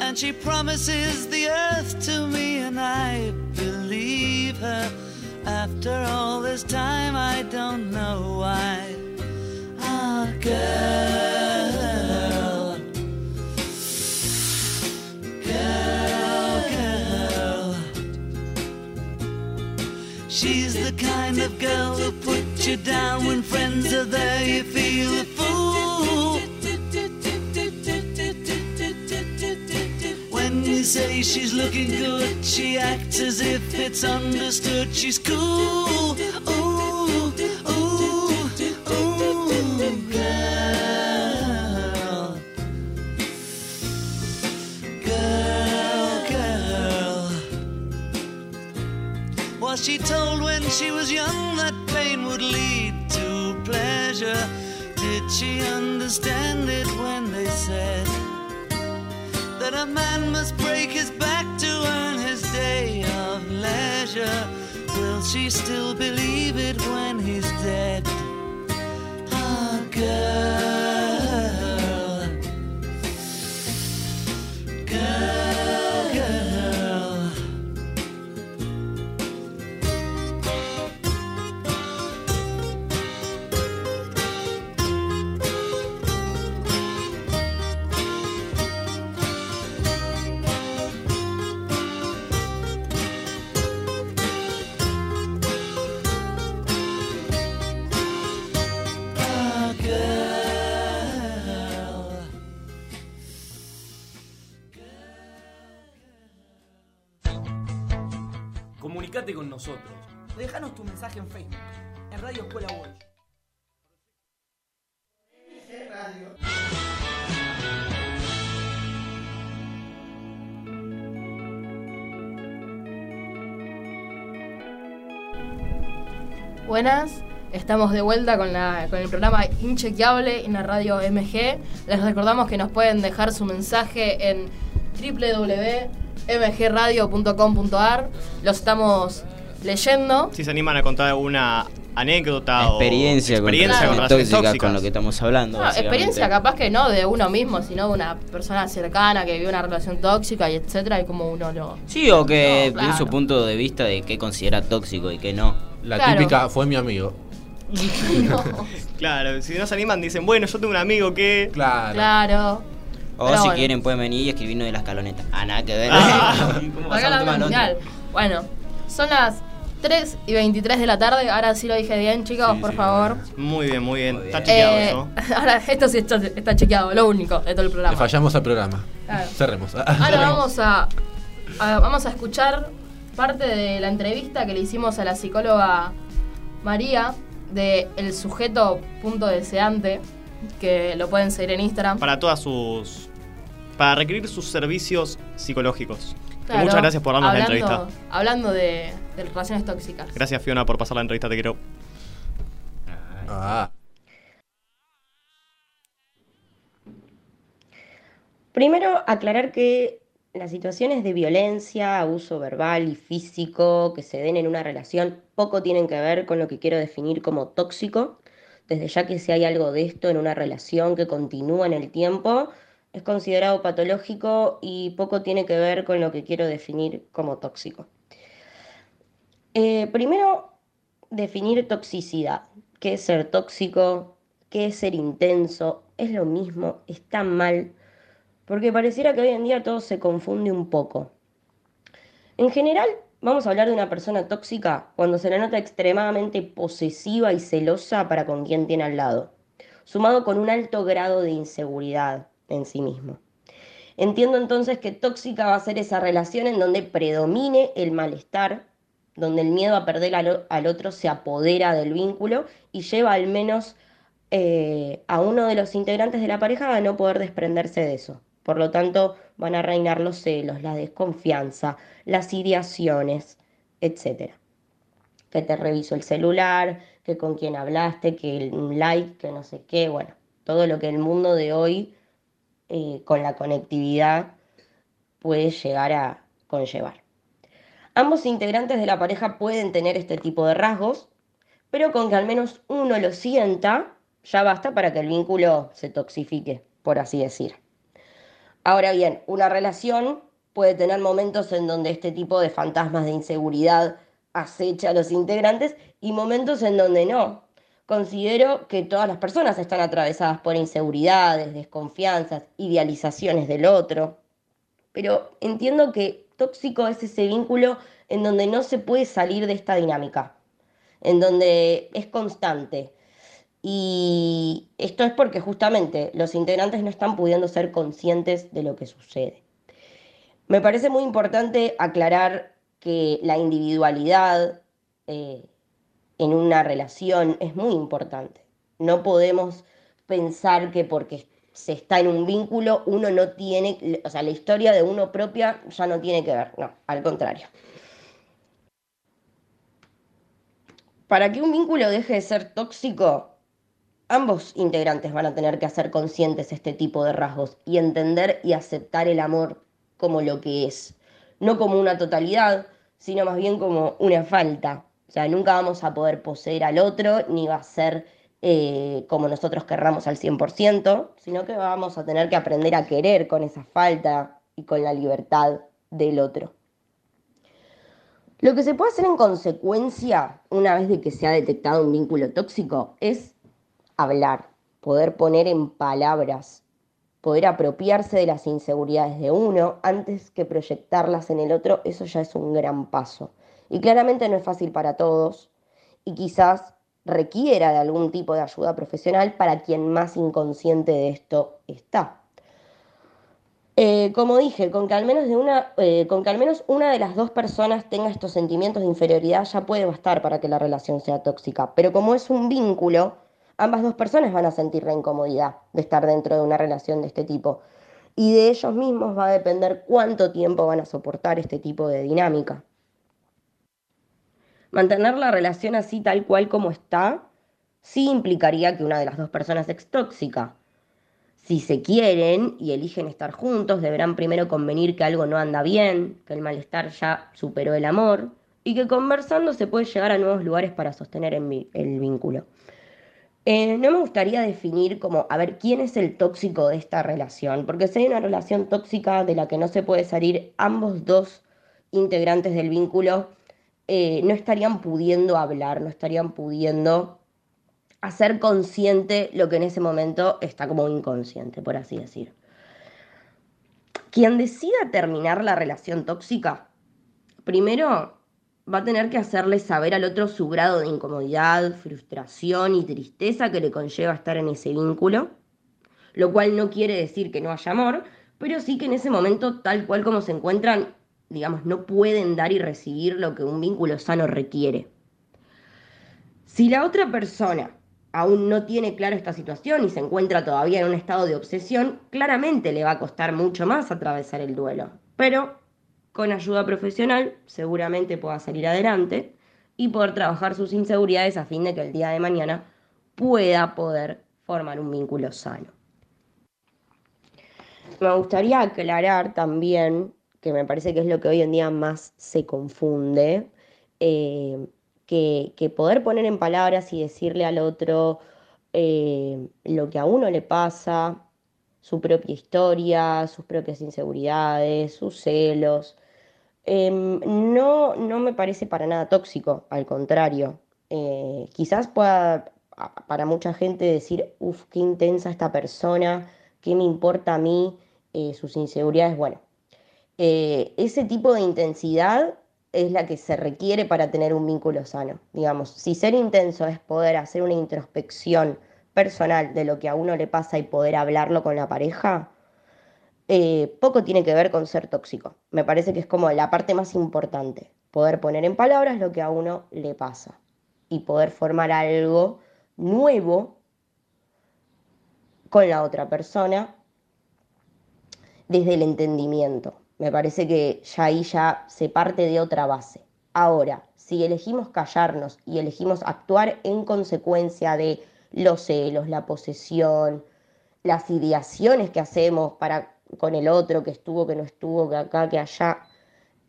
Speaker 9: And she promises the earth to me, and I believe her. After all this time, I don't know why. Ah, girl. Girl, girl. She's the kind of girl who puts you down when friends are there, you feel a fool. When you say she's looking good, she acts as if it's understood she's cool. Ooh, ooh, ooh, girl. Girl, girl. Was she told when she was young that pain would lead to pleasure? Did she understand it when they said that a man must break his back to earn his day of leisure? Will she still believe it when he's dead? Ah, girl. Girl, girl.
Speaker 10: Comunicate con nosotros.
Speaker 11: Déjanos tu mensaje en Facebook, en Radio Escuela World.
Speaker 3: Buenas, estamos de vuelta con, la, con el programa Inchequeable en la radio MG. Les recordamos que nos pueden dejar su mensaje en www.mgradio.com.ar. Los estamos leyendo.
Speaker 6: Si se animan a contar alguna anécdota
Speaker 4: Ah, experiencia,
Speaker 6: o experiencia
Speaker 4: con,
Speaker 6: con,
Speaker 3: Claro.
Speaker 6: relaciones
Speaker 4: tóxica,
Speaker 6: tóxicas.
Speaker 4: con lo que estamos hablando.
Speaker 3: No,
Speaker 4: básicamente.
Speaker 3: Ah, experiencia capaz que no de uno mismo, sino de una persona cercana que vive una relación tóxica y etcétera, y como uno lo...
Speaker 4: Sí, o que
Speaker 3: No,
Speaker 4: de su
Speaker 3: claro.
Speaker 4: punto de vista de qué considera tóxico y qué no.
Speaker 7: La
Speaker 3: Claro.
Speaker 7: típica fue mi amigo.
Speaker 3: No.
Speaker 6: Claro, si no se animan dicen, bueno, yo tengo un amigo que...
Speaker 7: Claro.
Speaker 3: Claro.
Speaker 4: O
Speaker 3: Pero
Speaker 4: si
Speaker 3: bueno. Ah.
Speaker 4: quieren pueden venir y escribirnos de las calonetas. Ah, nada que ver. ¿Cómo vas a
Speaker 3: Acá la
Speaker 4: tomar
Speaker 3: banda mundial.
Speaker 4: otro?
Speaker 3: Bueno, son las 3 y 23 de la tarde. Ahora sí lo dije bien, chicos,
Speaker 7: Sí,
Speaker 3: por
Speaker 7: sí,
Speaker 3: favor.
Speaker 6: Muy bien, muy bien. Está
Speaker 4: bien.
Speaker 6: chequeado
Speaker 3: Eh,
Speaker 6: eso.
Speaker 3: ahora, esto sí está, está chequeado, lo único de todo el
Speaker 7: Le
Speaker 3: programa.
Speaker 7: fallamos al programa.
Speaker 3: Claro.
Speaker 7: Cerremos.
Speaker 3: Ahora vamos a, a- vamos a escuchar parte de la entrevista que le hicimos a la psicóloga María de El Sujeto Punto Deseante, que lo pueden seguir en Instagram.
Speaker 6: Para todas sus... Para requerir sus servicios psicológicos. Y
Speaker 3: Claro,
Speaker 6: Muchas gracias por darnos
Speaker 3: hablando,
Speaker 6: la entrevista.
Speaker 3: Hablando de, de relaciones tóxicas.
Speaker 6: Gracias Fiona por pasar la entrevista, te quiero.
Speaker 7: Ah,
Speaker 12: Primero, aclarar que las situaciones de violencia, abuso verbal y físico que se den en una relación poco tienen que ver con lo que quiero definir como tóxico,
Speaker 9: desde ya que si hay algo de esto en una relación que continúa en el tiempo, es considerado patológico y poco tiene que ver con lo que quiero definir como tóxico. Eh, primero, definir toxicidad. ¿Qué es ser tóxico? ¿Qué es ser intenso? ¿Es lo mismo? ¿Está mal? Porque pareciera que hoy en día todo se confunde un poco. En general, vamos a hablar de una persona tóxica cuando se la nota extremadamente posesiva y celosa para con quien tiene al lado, sumado con un alto grado de inseguridad en sí mismo. Entiendo entonces que tóxica va a ser esa relación en donde predomine el malestar, donde el miedo a perder al, al otro se apodera del vínculo y lleva al menos eh, a uno de los integrantes de la pareja a no poder desprenderse de eso. Por lo tanto, van a reinar los celos, la desconfianza, las ideaciones, etc. Que te reviso el celular, que con quién hablaste, que el un like, que no sé qué, bueno, todo lo que el mundo de hoy eh, con la conectividad puede llegar a conllevar. Ambos integrantes de la pareja pueden tener este tipo de rasgos, pero con que al menos uno lo sienta, ya basta para que el vínculo se toxifique, por así decir. Ahora bien, una relación puede tener momentos en donde este tipo de fantasmas de inseguridad acecha a los integrantes y momentos en donde no. Considero que todas las personas están atravesadas por inseguridades, desconfianzas, idealizaciones del otro, pero entiendo que tóxico es ese vínculo en donde no se puede salir de esta dinámica, en donde es constante, y esto es porque justamente los integrantes no están pudiendo ser conscientes de lo que sucede. Me parece muy importante aclarar que la individualidad eh, en una relación es muy importante. No podemos pensar que porque se está en un vínculo uno no tiene, o sea, la historia de uno propia ya no tiene que ver, no, al contrario. Para que un vínculo deje de ser tóxico, Ambos integrantes van a tener que hacer conscientes este tipo de rasgos y entender y aceptar el amor como lo que es, no como una totalidad, sino más bien como una falta. O sea, nunca vamos a poder poseer al otro, ni va a ser eh, como nosotros querramos al 100%, sino que vamos a tener que aprender a querer con esa falta y con la libertad del otro. Lo que se puede hacer en consecuencia, una vez de que se ha detectado un vínculo tóxico, es hablar, poder poner en palabras, poder apropiarse de las inseguridades de uno antes que proyectarlas en el otro, eso ya es un gran paso. Y claramente no es fácil para todos y quizás requiera de algún tipo de ayuda profesional para quien más inconsciente de esto está. Eh, como dije, con que, al menos de una, eh, con que al menos una de las dos personas tenga estos sentimientos de inferioridad ya puede bastar para que la relación sea tóxica. Pero como es un vínculo, ambas dos personas van a sentir la incomodidad de estar dentro de una relación de este tipo. Y de ellos mismos va a depender cuánto tiempo van a soportar este tipo de dinámica. Mantener la relación así tal cual como está sí implicaría que una de las dos personas es tóxica. Si se quieren y eligen estar juntos, deberán primero convenir que algo no anda bien, que el malestar ya superó el amor y que conversando se puede llegar a nuevos lugares para sostener el vínculo. Eh, no me gustaría definir como, a ver, quién es el tóxico de esta relación, porque si hay una relación tóxica de la que no se puede salir, ambos dos integrantes del vínculo eh, no estarían pudiendo hablar, no estarían pudiendo hacer consciente lo que en ese momento está como inconsciente, por así decir. Quien decida terminar la relación tóxica, primero va a tener que hacerle saber al otro su grado de incomodidad, frustración y tristeza que le conlleva estar en ese vínculo, lo cual no quiere decir que no haya amor, pero sí que en ese momento, tal cual como se encuentran, digamos, no pueden dar y recibir lo que un vínculo sano requiere. Si la otra persona aún no tiene claro esta situación y se encuentra todavía en un estado de obsesión, claramente le va a costar mucho más atravesar el duelo. Pero con ayuda profesional seguramente pueda salir adelante y poder trabajar sus inseguridades a fin de que el día de mañana pueda poder formar un vínculo sano. Me gustaría aclarar también, que me parece que es lo que hoy en día más se confunde, eh, que, que poder poner en palabras y decirle al otro, eh, lo que a uno le pasa, su propia historia, sus propias inseguridades, sus celos. Em, no, no me parece para nada tóxico, al contrario. Eh, quizás pueda a- para mucha gente decir, uff, qué intensa esta persona, qué me importa a mí, eh, sus inseguridades. Bueno, eh, ese tipo de intensidad es la que se requiere para tener un vínculo sano. Digamos, si ser intenso es poder hacer una introspección personal de lo que a uno le pasa y poder hablarlo con la pareja, eh, poco tiene que ver con ser tóxico. Me parece que es como la parte más importante, poder poner en palabras lo que a uno le pasa y poder formar algo nuevo con la otra persona desde el entendimiento. Me parece que ya ahí ya se parte de otra base. Ahora, si elegimos callarnos y elegimos actuar en consecuencia de los celos, la posesión, las ideaciones que hacemos para con el otro que estuvo, que no estuvo, que acá, que allá,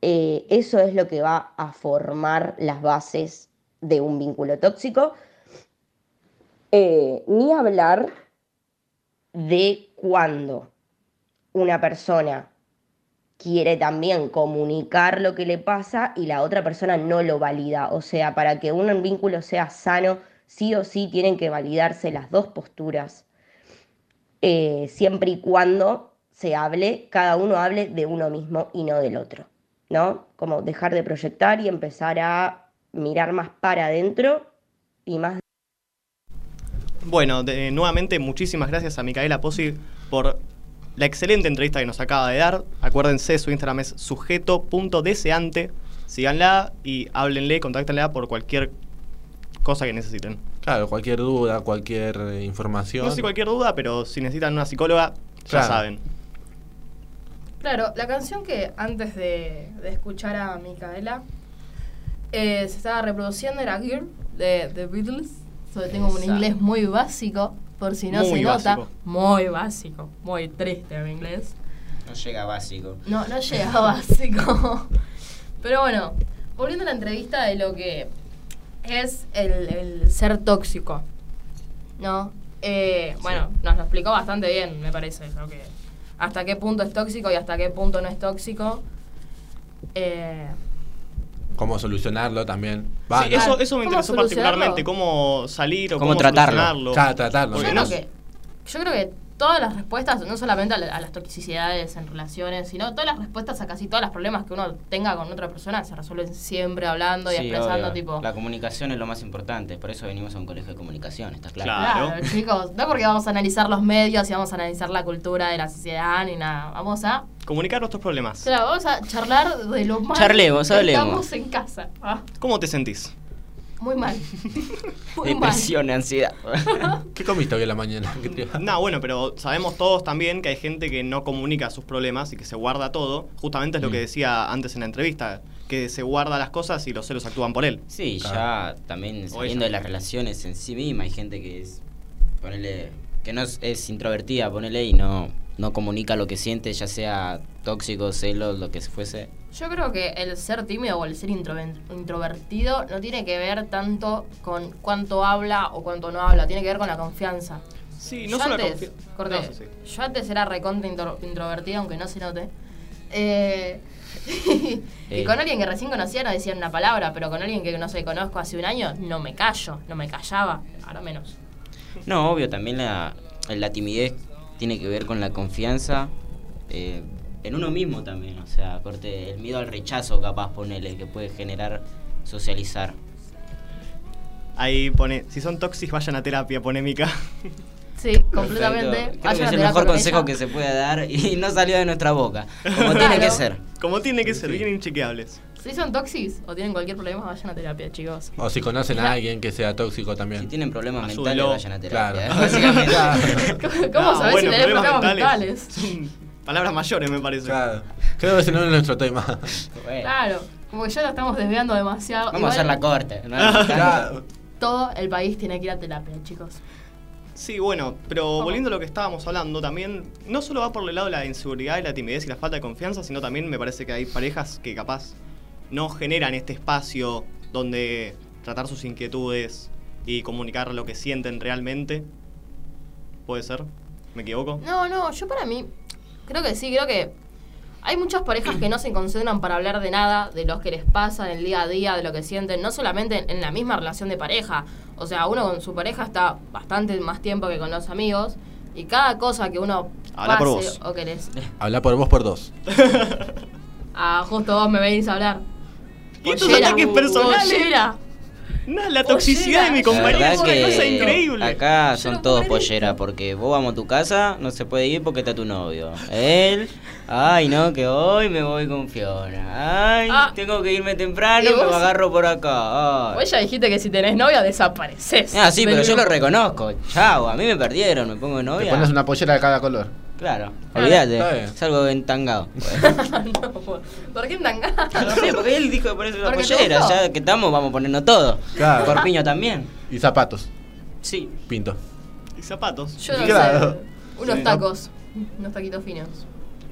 Speaker 9: eh, eso es lo que va a formar las bases de un vínculo tóxico. Eh, ni hablar de cuando una persona quiere también comunicar lo que le pasa y la otra persona no lo valida. O sea, para que un vínculo sea sano, sí o sí tienen que validarse las dos posturas, eh, siempre y cuando se hable, cada uno hable de uno mismo y no del otro, ¿no? Como dejar de proyectar y empezar a mirar más para adentro y más
Speaker 6: Bueno, de- nuevamente muchísimas gracias a Micaela Pozzi por la excelente entrevista que nos acaba de dar. Acuérdense, su Instagram es sujeto.deseante. Síganla y háblenle, contáctenla por cualquier cosa que necesiten.
Speaker 7: Claro, cualquier duda, cualquier eh, información.
Speaker 6: No sé si cualquier duda, pero si necesitan una psicóloga, ya
Speaker 7: Claro.
Speaker 6: saben.
Speaker 3: Claro, la canción que antes de, de escuchar a Micaela eh, se estaba reproduciendo era Girl de The Beatles. Sobre tengo un
Speaker 13: Esa.
Speaker 3: inglés muy básico, por si no
Speaker 4: Muy
Speaker 3: se nota.
Speaker 4: básico.
Speaker 3: Muy básico, muy triste mi inglés.
Speaker 4: No llega a básico.
Speaker 3: No, no llega a básico. Pero bueno, volviendo a la entrevista de lo que es el, el ser tóxico, ¿no? Eh, Bueno, nos lo explicó bastante bien, me parece, lo que, hasta qué punto es tóxico y hasta qué punto no es tóxico. Eh,
Speaker 7: Cómo solucionarlo también. Va,
Speaker 6: Sí,
Speaker 7: no.
Speaker 6: eso, eso me
Speaker 3: ¿Cómo
Speaker 6: interesó
Speaker 3: solucionarlo?
Speaker 6: particularmente, cómo salir o
Speaker 7: Cómo
Speaker 6: cómo,
Speaker 7: tratarlo.
Speaker 6: solucionarlo.
Speaker 7: Claro, tratarlo.
Speaker 6: Porque
Speaker 7: Yo
Speaker 6: no-
Speaker 7: creo
Speaker 3: que- yo creo que todas las respuestas, no solamente a, la- a las toxicidades en relaciones, sino todas las respuestas a casi todos los problemas que uno tenga con otra persona se resuelven siempre hablando y
Speaker 4: Sí,
Speaker 3: expresando
Speaker 4: obvio.
Speaker 3: tipo...
Speaker 4: La comunicación es lo más importante, por eso venimos a un colegio de comunicación, está claro.
Speaker 3: Claro, chicos, no porque vamos a analizar los medios y vamos a analizar la cultura de la sociedad ni nada. Vamos a,
Speaker 6: Comunicar nuestros problemas.
Speaker 3: claro, vamos a charlar de lo mal
Speaker 6: Charlemos,
Speaker 3: que
Speaker 6: hablemos.
Speaker 3: estamos en casa. Ah,
Speaker 6: ¿Cómo te sentís?
Speaker 3: muy mal. Muy
Speaker 4: Depresión, ansiedad.
Speaker 7: ¿Qué comiste hoy en la mañana? ¿Qué te-
Speaker 6: No, bueno, pero sabemos todos también que hay gente que no comunica sus problemas y que se guarda todo. Justamente es
Speaker 3: Mm.
Speaker 6: lo que decía antes en la entrevista, que se guarda las cosas y los celos actúan por él.
Speaker 4: Sí, ya también saliendo de las relaciones en sí misma, hay gente que es, ponele, que no es, es introvertida, ponele, y no, no comunica lo que siente, ya sea tóxico, celos, lo que fuese.
Speaker 3: Yo creo que el ser tímido o el ser introven- introvertido no tiene que ver tanto con cuánto habla o cuánto no habla, tiene que ver con la confianza.
Speaker 6: Sí, no
Speaker 3: yo
Speaker 6: solo la
Speaker 3: antes,
Speaker 6: confi-
Speaker 3: corté,
Speaker 6: No, sí, sí.
Speaker 3: Yo antes era recontra intro- introvertida, aunque no se note. Eh, y
Speaker 4: Eh.
Speaker 3: con alguien que recién conocía no decía una palabra, pero con alguien que no se conozco hace un año no me callo, no me callaba, ahora menos.
Speaker 4: No, obvio, también la, la timidez tiene que ver con la confianza eh, en uno mismo también, o sea, corte, el miedo al rechazo capaz, ponele, que puede generar socializar.
Speaker 6: Ahí pone, si son toxis, vayan a terapia, ponémica.
Speaker 3: Sí, completamente.
Speaker 4: Perfecto. Creo que
Speaker 3: Vayan
Speaker 4: es
Speaker 3: a
Speaker 4: el
Speaker 3: terapia
Speaker 4: mejor
Speaker 3: con
Speaker 4: consejo
Speaker 3: ella.
Speaker 4: que se puede dar y no salió de nuestra boca, como tiene que
Speaker 3: Claro.
Speaker 4: ser.
Speaker 6: Como tiene que ser, bien inchequeables.
Speaker 3: Si son toxis o tienen cualquier problema, vayan a terapia, chicos.
Speaker 7: O si conocen a alguien que sea tóxico también. Si
Speaker 4: tienen problemas
Speaker 7: mentales,
Speaker 4: vayan a terapia,
Speaker 7: Claro.
Speaker 4: ¿eh? Básicamente.
Speaker 3: ¿Cómo
Speaker 6: Ah,
Speaker 3: sabés si tenés problemas mentales?
Speaker 6: Palabras mayores, me parece.
Speaker 7: Claro. Creo que ese no es nuestro tema.
Speaker 3: Claro, como que ya lo estamos desviando demasiado.
Speaker 4: Vamos a
Speaker 3: Igual
Speaker 4: hacer la corte. ¿no?
Speaker 7: Claro.
Speaker 3: Todo el país tiene que ir a terapia, chicos.
Speaker 6: Sí, bueno, pero volviendo a lo que estábamos hablando, también no solo va por el lado de la inseguridad y la timidez y la falta de confianza, sino también me parece que hay parejas que capaz no generan este espacio donde tratar sus inquietudes y comunicar lo que sienten realmente. ¿Puede ser? ¿Me equivoco?
Speaker 3: No, no, yo para mí, creo que sí, creo que hay muchas parejas que no se concentran para hablar de nada, de los que les pasa en el día a día, de lo que sienten, no solamente en la misma relación de pareja. O sea, uno con su pareja está bastante más tiempo que con los amigos y cada cosa que uno
Speaker 7: Habla por
Speaker 3: pase
Speaker 7: vos.
Speaker 3: o que les...
Speaker 7: Habla por vos por dos.
Speaker 3: Ah, justo vos me venís a hablar.
Speaker 6: Y estos
Speaker 3: Pollera.
Speaker 6: ataques personales.
Speaker 3: Pollera.
Speaker 6: No, la toxicidad de mi
Speaker 4: La
Speaker 6: compañero
Speaker 4: verdad
Speaker 6: es una
Speaker 4: que
Speaker 6: cosa increíble.
Speaker 4: Acá son todos pollera, porque vos vamos a tu casa, no se puede ir porque está tu novio. Él, ay no, que hoy me voy con Fiona. Ay, tengo que irme temprano,
Speaker 3: ¿Y
Speaker 4: que
Speaker 3: vos?
Speaker 4: me agarro por acá. ay.
Speaker 3: Vos ya dijiste que si tenés novia desapareces.
Speaker 4: Ah, sí, pero yo lo reconozco. Chao, a mí me perdieron, me pongo de
Speaker 13: Te
Speaker 4: novia.
Speaker 13: pones una pollera de cada color.
Speaker 4: Claro,
Speaker 13: Claro. Está
Speaker 4: olvídate,
Speaker 13: bien.
Speaker 4: salgo entangado.
Speaker 3: ¿Por qué tanga? No
Speaker 4: Ah, sé, porque él dijo de ponerse
Speaker 3: una
Speaker 4: Pollera, ya que estamos, vamos poniendo todo.
Speaker 7: Claro.
Speaker 4: Corpiño también.
Speaker 7: Y zapatos.
Speaker 4: Sí.
Speaker 7: Pinto.
Speaker 6: Y zapatos.
Speaker 3: Yo no
Speaker 7: Claro.
Speaker 3: sé. Unos
Speaker 4: Sí.
Speaker 3: tacos. Unos taquitos finos.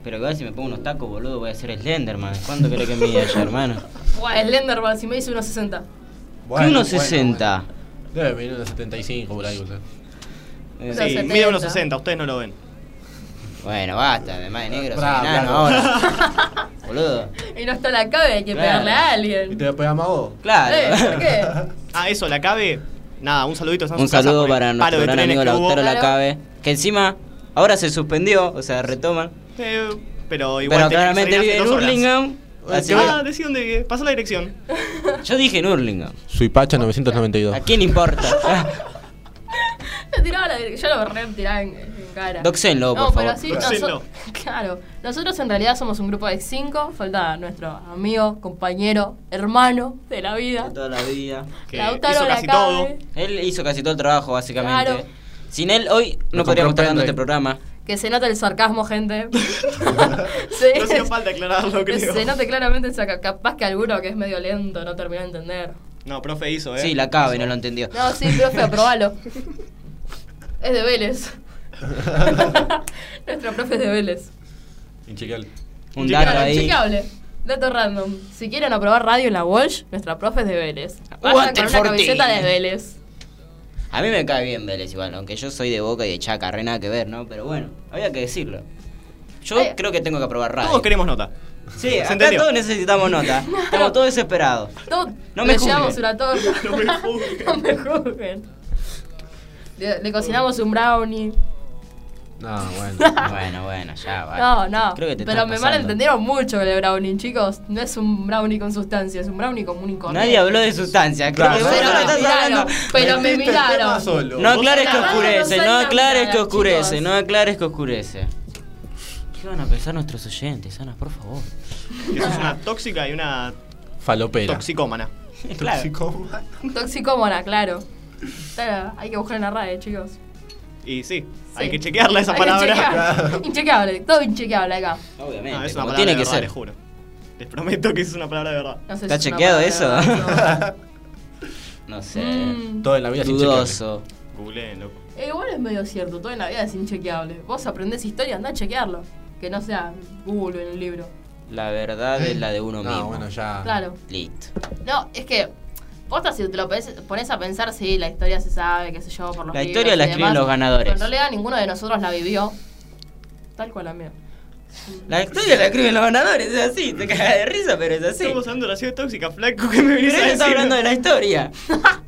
Speaker 4: Pero igual si me pongo unos tacos, boludo, voy a ser Slenderman. ¿Cuánto crees que me diga yo, hermano?
Speaker 3: Buah, Slenderman, si me dice unos 60.
Speaker 4: ¿Qué unos 60?
Speaker 7: Debe venir unos 75 por ahí. O sea.
Speaker 4: Eh,
Speaker 6: Sí,
Speaker 4: Unos
Speaker 6: mide
Speaker 4: 70.
Speaker 6: unos 60, ustedes no lo ven.
Speaker 4: Bueno, basta, además de negro, soy
Speaker 7: Bravo,
Speaker 4: enano
Speaker 7: bravo.
Speaker 4: ahora. boludo.
Speaker 3: Y no está la cabe, hay que
Speaker 6: Claro.
Speaker 3: pegarle a alguien.
Speaker 7: te pegamos a vos?
Speaker 4: Claro.
Speaker 3: Eh, ¿Por qué?
Speaker 6: Ah, eso, la cabe. Nada, un saludito. están en
Speaker 4: Un
Speaker 6: su casa
Speaker 4: saludo
Speaker 6: por el
Speaker 4: para
Speaker 6: palo
Speaker 4: nuestro
Speaker 6: de
Speaker 4: gran
Speaker 6: trenes
Speaker 4: amigo
Speaker 6: que hubo.
Speaker 4: Lautaro Lacabe, que encima ahora se suspendió, o sea, retoman.
Speaker 6: Eh, pero igual
Speaker 4: Pero
Speaker 6: tenía que
Speaker 4: claramente
Speaker 6: salir
Speaker 4: vive
Speaker 6: hace
Speaker 4: en
Speaker 6: dos horas.
Speaker 4: Hurlingham. así
Speaker 6: Ah, decí dónde vive. Pasá la dirección.
Speaker 4: que- Yo dije en Hurlingham.
Speaker 7: Suipacha 992.
Speaker 4: ¿A quién importa?
Speaker 3: Me tiraba la dirección, yo lo re tiraba en, en cara.
Speaker 4: Doxenlo, por
Speaker 3: no, pero
Speaker 4: favor.
Speaker 3: así,
Speaker 4: Doxenlo.
Speaker 3: noso- claro, nosotros en realidad somos un grupo de cinco. Falta nuestro amigo, compañero, hermano de la vida.
Speaker 4: toda la vida.
Speaker 3: Que Lautaro hizo casi Lacabe. todo.
Speaker 4: Él hizo casi todo el trabajo, básicamente.
Speaker 3: Claro.
Speaker 4: Sin él, hoy no,
Speaker 7: No
Speaker 4: podríamos estar dando
Speaker 7: comprendo.
Speaker 4: este programa.
Speaker 3: Que se nota el sarcasmo, gente. Se-
Speaker 6: No hacía falta aclararlo, creo.
Speaker 3: Se nota claramente, el sarca- capaz que alguno que es medio lento no terminó de entender.
Speaker 6: No, profe hizo, eh.
Speaker 4: Sí, la cabe, no lo entendió.
Speaker 3: No, sí, profe, aprobalo. Es de Vélez. Nuestro profe es de Vélez.
Speaker 7: Inchequeable.
Speaker 4: Un dato ahí.
Speaker 3: Inchecable. Dato random. Si quieren aprobar radio en la Walsh, nuestra profe es de Vélez. Vayan
Speaker 4: Aguante
Speaker 3: con
Speaker 4: el
Speaker 3: una
Speaker 4: Fortín.
Speaker 3: camiseta de Vélez.
Speaker 4: A mí me cae bien Vélez igual, aunque yo soy de Boca y de Chaca, re nada que ver, ¿no? Pero bueno, había que decirlo. Yo creo que tengo que aprobar radio.
Speaker 6: Todos queremos nota.
Speaker 4: Sí,
Speaker 6: ¿Se
Speaker 4: acá
Speaker 6: entendió?
Speaker 4: todos necesitamos nota. Estamos todos desesperados.
Speaker 3: Todos
Speaker 4: No me
Speaker 3: le llevamos
Speaker 4: juzguen.
Speaker 3: una torta.
Speaker 6: No me juzguen.
Speaker 3: No me juzguen. Le, le cocinamos un brownie.
Speaker 7: No, bueno.
Speaker 4: bueno, bueno, ya va.
Speaker 3: No, no.
Speaker 4: Creo que te
Speaker 3: Pero
Speaker 4: estás
Speaker 3: me
Speaker 4: pasando.
Speaker 3: malentendieron mucho con el brownie, chicos. No es un brownie con sustancia, es un brownie común y corriente.
Speaker 4: Nadie habló de sustancia, claro.
Speaker 3: Pero me miraron. Pero me miraron.
Speaker 4: No aclares que
Speaker 3: La radio
Speaker 4: oscurece,
Speaker 3: soy
Speaker 4: no
Speaker 3: la
Speaker 4: aclares
Speaker 3: mirada,
Speaker 4: que oscurece,
Speaker 3: chicos.
Speaker 4: no aclares que oscurece. ¿Qué van a pensar nuestros oyentes, Ana, por favor?
Speaker 6: Que sos una tóxica y una
Speaker 7: Falopera.
Speaker 6: toxicómana.
Speaker 7: Toxicómana.
Speaker 3: Toxicómana, claro. Claro, Hay que buscar en la radio, chicos.
Speaker 6: Y sí,
Speaker 3: Sí.
Speaker 6: hay que chequearla esa
Speaker 3: Hay que
Speaker 6: palabra.
Speaker 3: chequear. Inchequeable, todo inchequeable acá.
Speaker 4: Obviamente,
Speaker 6: No, Ah, es una
Speaker 4: como
Speaker 6: palabra
Speaker 4: tiene
Speaker 6: de
Speaker 4: que
Speaker 6: verdad,
Speaker 4: ser.
Speaker 6: les juro. Les prometo que es una palabra de verdad.
Speaker 3: No sé
Speaker 4: ¿Está
Speaker 3: si es una
Speaker 4: chequeado eso?
Speaker 3: palabra,
Speaker 4: no sé.
Speaker 3: Mm.
Speaker 7: Todo en la vida sin
Speaker 4: Dudoso.
Speaker 6: Googleen, loco.
Speaker 3: Eh, igual es medio cierto, todo en la vida es inchequeable. Vos aprendés historia, andá a chequearlo. Que no sea Google en el libro.
Speaker 4: La verdad es la de uno
Speaker 7: No,
Speaker 4: mismo.
Speaker 7: bueno, ya.
Speaker 3: Claro.
Speaker 4: Listo.
Speaker 3: No, es que, posta, si te lo pones, pones a pensar, sí, la historia se sabe, qué sé yo, por los
Speaker 4: La
Speaker 3: libros
Speaker 4: historia
Speaker 3: y
Speaker 4: la escriben
Speaker 3: demás,
Speaker 4: los ganadores.
Speaker 3: Pero en realidad ninguno de nosotros la vivió. Tal cual la mía.
Speaker 4: La historia la escriben los ganadores, es así. Te cagas de risa, pero es así.
Speaker 6: Estamos hablando de la ciudad tóxica, flaco, que me
Speaker 4: Pero
Speaker 6: venís a
Speaker 4: él está
Speaker 6: decir.
Speaker 4: hablando de la historia.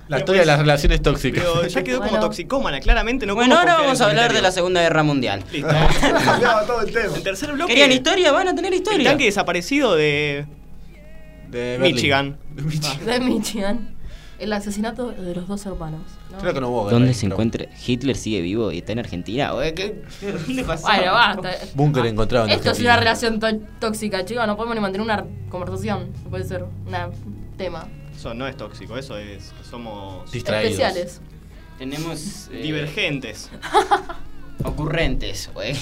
Speaker 7: La historia de las relaciones tóxicas.
Speaker 6: Pero ya quedó como toxicómana, claramente no
Speaker 4: Bueno,
Speaker 6: podemos
Speaker 4: ahora vamos
Speaker 6: confiar en
Speaker 4: a hablar de
Speaker 6: comentarios.
Speaker 4: la Segunda Guerra Mundial.
Speaker 6: Listo. todo el tema. El tercer bloque.
Speaker 4: ¿Querían historia? Van a tener
Speaker 6: El
Speaker 4: historia.
Speaker 6: tanque desaparecido de.
Speaker 7: De Berlín.
Speaker 6: Michigan.
Speaker 3: De Michigan. El asesinato de los dos hermanos. ¿no?
Speaker 7: Creo que no hubo.
Speaker 4: ¿Dónde se encuentra? ¿Hitler sigue vivo y está en Argentina? Oye, ¿qué- ¿Dónde pasó?
Speaker 3: Bueno, basta. Ah,
Speaker 7: Búnker encontrado en
Speaker 3: Esto es
Speaker 7: Argentina.
Speaker 3: una relación tó- tóxica, chicos. No podemos ni mantener una conversación. No puede ser un tema.
Speaker 6: Eso no es tóxico, eso es que somos.
Speaker 7: Distraídos.
Speaker 3: Especiales.
Speaker 4: Tenemos. eh,
Speaker 6: Divergentes.
Speaker 4: Ocurrentes, güey.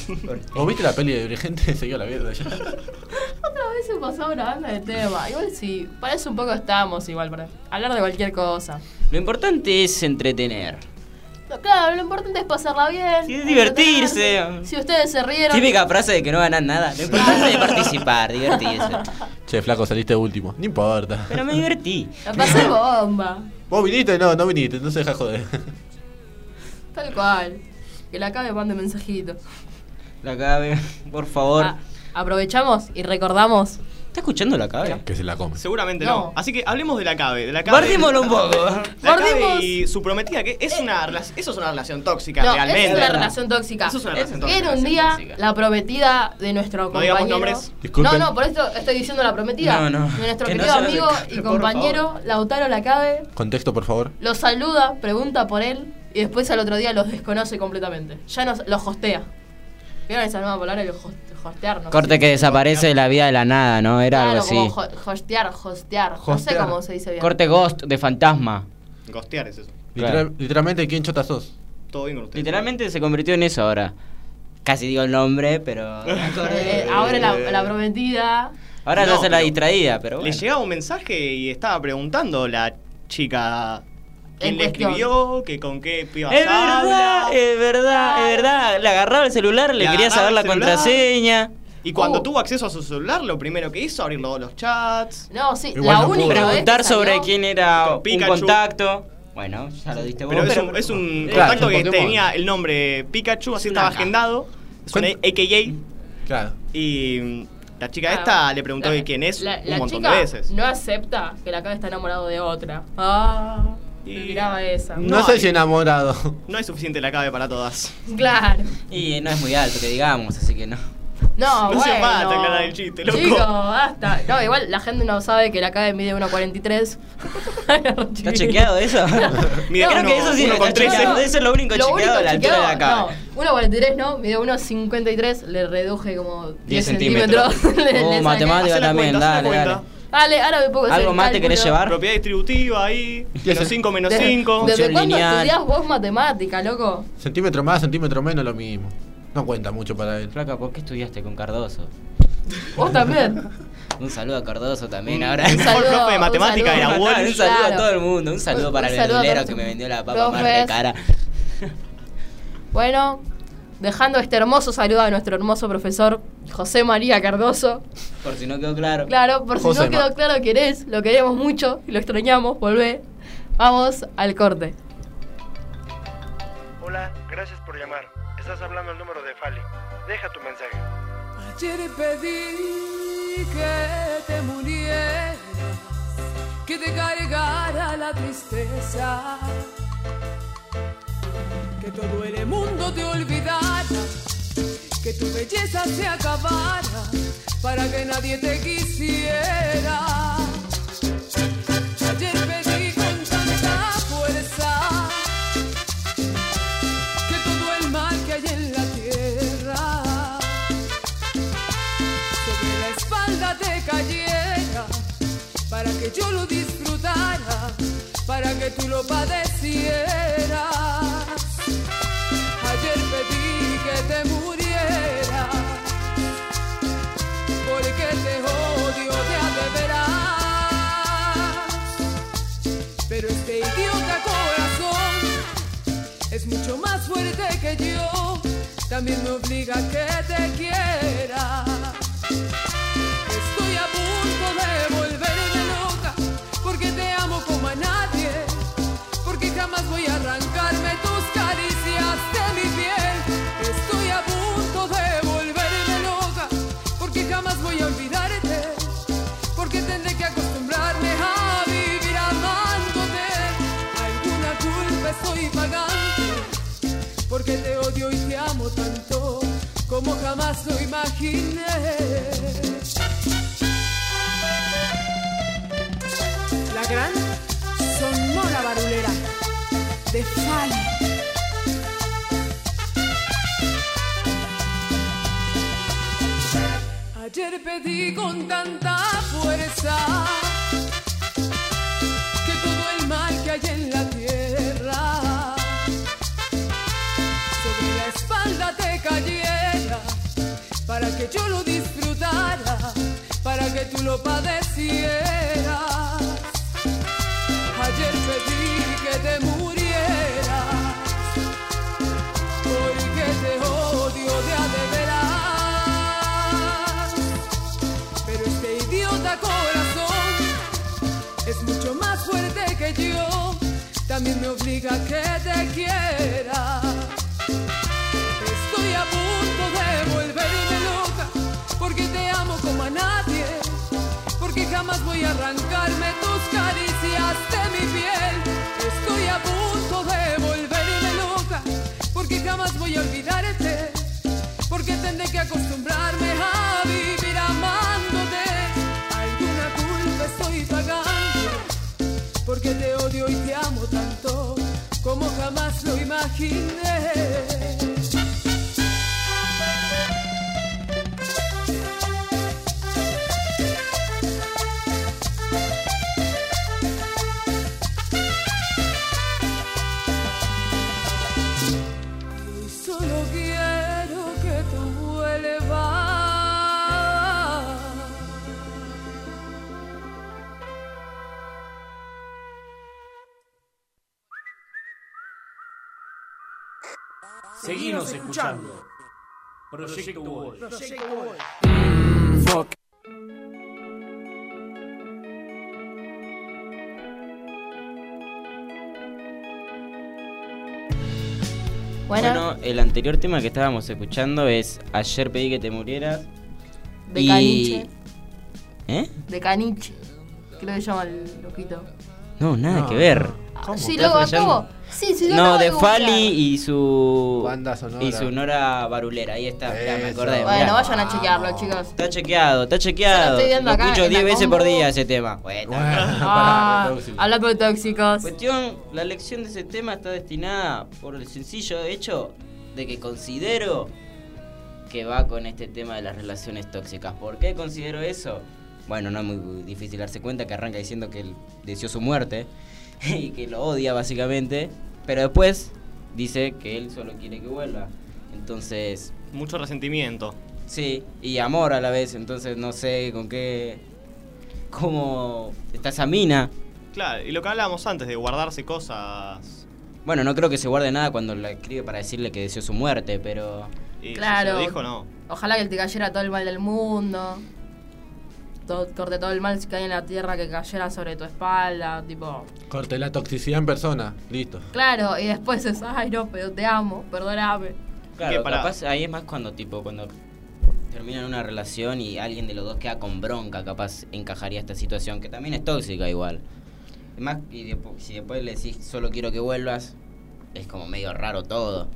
Speaker 7: ¿Vos viste la peli de Divergente? Se dio la mierda ya.
Speaker 3: Otra vez se pasó una banda de tema. Igual sí. Para eso un poco estamos, igual, para hablar de cualquier cosa.
Speaker 4: Lo importante es entretener.
Speaker 3: No, claro, lo importante es pasarla bien.
Speaker 4: es divertirse.
Speaker 3: entretenerse. Si ustedes se rieron.
Speaker 4: Típica frase de que no ganan nada. Lo importante es participar, divertirse.
Speaker 7: Che, flaco, saliste último. No importa.
Speaker 4: Pero me divertí.
Speaker 3: La pasé bomba.
Speaker 7: ¿Vos viniste? No, no viniste. No se deja joder.
Speaker 3: Tal cual. Que la acabe, mande mensajito.
Speaker 4: La cabe, por favor.
Speaker 3: Ah. Aprovechamos y recordamos.
Speaker 4: ¿Está escuchando la cabe?
Speaker 7: Que se la come.
Speaker 6: Seguramente no. Así que hablemos de la CABE. De la CABE
Speaker 4: Guardémoslo un poco.
Speaker 6: La CABE
Speaker 3: Guardemos.
Speaker 6: y su prometida, que es una, rela- eso es una relación tóxica,
Speaker 3: No,
Speaker 6: realmente.
Speaker 3: es una relación tóxica.
Speaker 6: Eso es una relación
Speaker 3: Era
Speaker 6: tóxica,
Speaker 3: un día la prometida de nuestro
Speaker 6: No digamos
Speaker 3: compañero.
Speaker 6: nombres.
Speaker 3: No,
Speaker 6: Disculpen.
Speaker 3: no, por esto estoy diciendo la prometida.
Speaker 7: No, no.
Speaker 3: De nuestro
Speaker 7: Que
Speaker 3: querido
Speaker 7: no sea la de-
Speaker 3: amigo y
Speaker 7: por
Speaker 3: compañero Lautaro Lacabe.
Speaker 7: Contexto, por favor.
Speaker 3: Los saluda, pregunta por él y después al otro día los desconoce completamente. Ya nos, los hostea. ¿Vieron esa nueva palabra? El host- hostear, no sé.
Speaker 4: Corte que desaparece de la vida de la nada, ¿no? Era
Speaker 3: Claro,
Speaker 4: algo
Speaker 3: como
Speaker 4: así.
Speaker 3: ho- hostear, hostear. No sé
Speaker 7: Hostear.
Speaker 3: cómo se dice bien.
Speaker 4: Corte ghost de fantasma.
Speaker 6: Gostear es eso.
Speaker 4: Claro.
Speaker 7: Literal- literalmente, ¿quién chota sos?
Speaker 6: Todo bien con ustedes.
Speaker 4: Literalmente se convirtió en eso ahora. Casi digo el nombre, pero.
Speaker 3: Eh, ahora la, la prometida.
Speaker 4: Ahora
Speaker 6: No,
Speaker 4: ya se la
Speaker 6: pero-
Speaker 4: distraída, pero
Speaker 6: Le
Speaker 4: bueno.
Speaker 6: llegaba un mensaje y estaba preguntando la chica quién
Speaker 4: En
Speaker 6: le
Speaker 4: cuestión.
Speaker 6: escribió, que con qué piba
Speaker 4: Es
Speaker 6: habla.
Speaker 4: verdad, es verdad, es verdad. Le agarraba el celular, le,
Speaker 6: Le
Speaker 4: quería
Speaker 6: agarraba
Speaker 4: saber
Speaker 6: el
Speaker 4: la
Speaker 6: celular.
Speaker 4: contraseña.
Speaker 6: Y cuando tuvo acceso a su celular, lo primero que hizo, abrir los, los chats.
Speaker 3: No, sí,
Speaker 4: Igual la no única pudo. vez que
Speaker 6: Preguntar
Speaker 4: salió-
Speaker 6: sobre
Speaker 4: quién era
Speaker 6: este Con
Speaker 4: un
Speaker 6: Pikachu.
Speaker 4: contacto. Bueno, ya lo diste vos.
Speaker 6: Pero es un, es un
Speaker 4: Claro,
Speaker 6: contacto
Speaker 4: es un
Speaker 6: que
Speaker 4: Pokémon.
Speaker 6: tenía el nombre Pikachu, así estaba agendado. Es un AKA.
Speaker 7: Claro.
Speaker 6: Y mm, la chica
Speaker 3: Claro.
Speaker 6: esta le preguntó
Speaker 3: Ah. La-
Speaker 6: de quién es
Speaker 3: La,
Speaker 6: un
Speaker 3: la
Speaker 6: montón
Speaker 3: chica
Speaker 6: de veces.
Speaker 3: no acepta que la cara está enamorado de otra. Ah, y miraba esa.
Speaker 7: No, sé si enamorado.
Speaker 6: No hay suficiente la cabe para todas.
Speaker 3: Claro.
Speaker 4: Y no es muy alto, que digamos, así que no.
Speaker 3: No,
Speaker 6: No hacía
Speaker 3: bueno.
Speaker 6: falta aclarar el chiste, loco.
Speaker 3: Chicos, basta. No, igual la gente no sabe que la cara mide 1.43.
Speaker 4: ¿Está chequeado eso?
Speaker 3: Mira,
Speaker 4: Creo que
Speaker 3: no,
Speaker 4: eso sí
Speaker 3: uno
Speaker 4: está
Speaker 3: con trece.
Speaker 4: chequeado. Eso es lo único chequeado de la altura de la
Speaker 3: chequeado,
Speaker 4: cara.
Speaker 3: No, 1.43 no, mide 1.53, le reduje como 10,
Speaker 4: 10
Speaker 3: centímetros.
Speaker 4: centímetros.
Speaker 3: Le-
Speaker 4: Oh,
Speaker 3: le saqué.
Speaker 4: matemática Hacé la también, cuenta, hacé la dale, cuenta.
Speaker 3: Ah, Dale, ahora me pongo a hacer
Speaker 4: ¿Algo
Speaker 3: el
Speaker 4: más te querés
Speaker 3: cálculo.
Speaker 4: llevar?
Speaker 6: Propiedad distributiva ahí, menos 5, menos
Speaker 3: Desde-
Speaker 6: 5.
Speaker 3: ¿Desde cuándo estudiás vos matemática, loco?
Speaker 7: Centímetro más, centímetro menos, lo mismo. No cuenta mucho para él.
Speaker 4: Flaca, ¿por qué estudiaste con Cardoso?
Speaker 3: Vos también.
Speaker 4: Un saludo a Cardoso también ahora.
Speaker 6: El mejor profe de matemática era Walsh.
Speaker 4: Un saludo
Speaker 3: Claro.
Speaker 4: a todo el mundo. Un saludo
Speaker 3: Un-
Speaker 4: para
Speaker 3: un
Speaker 4: el
Speaker 3: saludo a
Speaker 4: verdulero
Speaker 3: todos
Speaker 4: que me vendió la papa
Speaker 3: profes.
Speaker 4: más de cara.
Speaker 3: Bueno, dejando este hermoso saludo a nuestro hermoso profesor José María Cardoso.
Speaker 4: Por si no quedó claro.
Speaker 3: Claro, por si
Speaker 4: José
Speaker 3: no quedó
Speaker 4: Ma-
Speaker 3: claro quién es, lo queremos mucho y lo extrañamos, volvé. Vamos al corte.
Speaker 14: Hola, gracias por llamar. Estás hablando al número de Fali. Deja tu mensaje.
Speaker 9: Ayer pedí que te murieras, que te cargara la tristeza, que todo el mundo te olvidara, que tu belleza se acabara, para que nadie te quisiera. Ayer pedí con tanta fuerza que todo el mal que hay en la tierra sobre la espalda te cayera para que yo lo disfrutara, para que tú lo padecieras. Ayer pedí que te murieras porque te odio de a de veras. Pero este idiota corazón es mucho más fuerte que yo, también me obliga a que te quiera. Estoy a punto de volverme loca porque te amo como a nadie, porque jamás voy a arrancarme tus caricias de mi piel. Estoy a punto de volverme loca porque jamás voy a olvidarte, porque tendré que acostumbrarme a vivir amándote. Alguna culpa estoy pagando porque te odio y te amo tanto como jamás lo imaginé. La gran sonora barulera de Fali. Ayer pedí con tanta fuerza que todo el mal que hay en la tierra sobre la espalda te cayera para que yo lo disfrutara, para que tú lo padecieras. Ayer pedí que te murieras, porque te odio de a de veras. Pero este idiota corazón es mucho más fuerte que yo, también me obliga a que te quiera.
Speaker 15: como a nadie, porque jamás voy a arrancarme tus caricias de mi piel. Estoy a punto de volverme loca, porque jamás voy a olvidarte, porque tendré que acostumbrarme a vivir amándote. Alguna culpa estoy pagando, porque te odio y te amo tanto como jamás lo imaginé. Y solo quiero que tú vuelvas.
Speaker 16: Seguimos escuchando. Proyecto Wall.
Speaker 2: Proyecto Boy.
Speaker 3: Bueno.
Speaker 4: Bueno, el anterior tema que estábamos escuchando es Ayer pedí que te murieras.
Speaker 3: De
Speaker 4: y...
Speaker 3: Caniche.
Speaker 4: ¿Eh?
Speaker 3: De Caniche. Creo que se llama el loquito.
Speaker 4: No, nada que ver.
Speaker 3: Sí,
Speaker 4: ¿Estás
Speaker 3: luego
Speaker 4: flasheando?
Speaker 3: acabo. Sí, sí, lo
Speaker 4: No,
Speaker 3: acabo
Speaker 4: de
Speaker 3: googlear.
Speaker 4: Fali y su.
Speaker 7: sonora.
Speaker 4: Y su Nora Barulera. Ahí está, mirá, me acordé. mirá. Ah.
Speaker 3: Bueno, vayan a chequearlo, chicos.
Speaker 4: Está chequeado, está chequeado.
Speaker 3: Yo lo estoy viendo
Speaker 4: Lo
Speaker 3: acá
Speaker 4: escucho
Speaker 3: en la
Speaker 4: 10 veces
Speaker 3: combo.
Speaker 4: por día ese tema. Bueno,
Speaker 3: Ah, hablando de tóxicos.
Speaker 4: Cuestión, la elección de ese tema está destinada por el sencillo hecho de que considero que va con este tema de las relaciones tóxicas. ¿Por qué considero eso? Bueno, no es muy difícil darse cuenta que arranca diciendo que él deseó su muerte y que lo odia básicamente, pero después dice que él solo quiere que vuelva. Entonces...
Speaker 6: Mucho resentimiento.
Speaker 4: Sí, y amor a la vez, entonces no sé con qué... ¿Cómo está esa mina?
Speaker 6: Claro, y lo que hablábamos antes de guardarse cosas.
Speaker 4: Bueno, no creo que se guarde nada cuando la escribe para decirle que deseó su muerte, pero.
Speaker 6: Y
Speaker 3: Claro.
Speaker 6: Si Eh, se lo dijo, no.
Speaker 3: Ojalá que te cayera todo el mal del mundo. Todo, corte todo el mal que hay en la tierra que cayera sobre tu espalda. Tipo.
Speaker 7: Corte la toxicidad en persona. Listo.
Speaker 3: Claro, y después es, ay no, pero te amo, perdóname.
Speaker 4: Claro,
Speaker 7: Que para-
Speaker 4: capaz ahí es más cuando, tipo, cuando terminan una relación y alguien de los dos queda con bronca, capaz encajaría esta situación, que también es tóxica igual. Es más, y depo- si después le decís solo quiero que vuelvas, es como medio raro todo.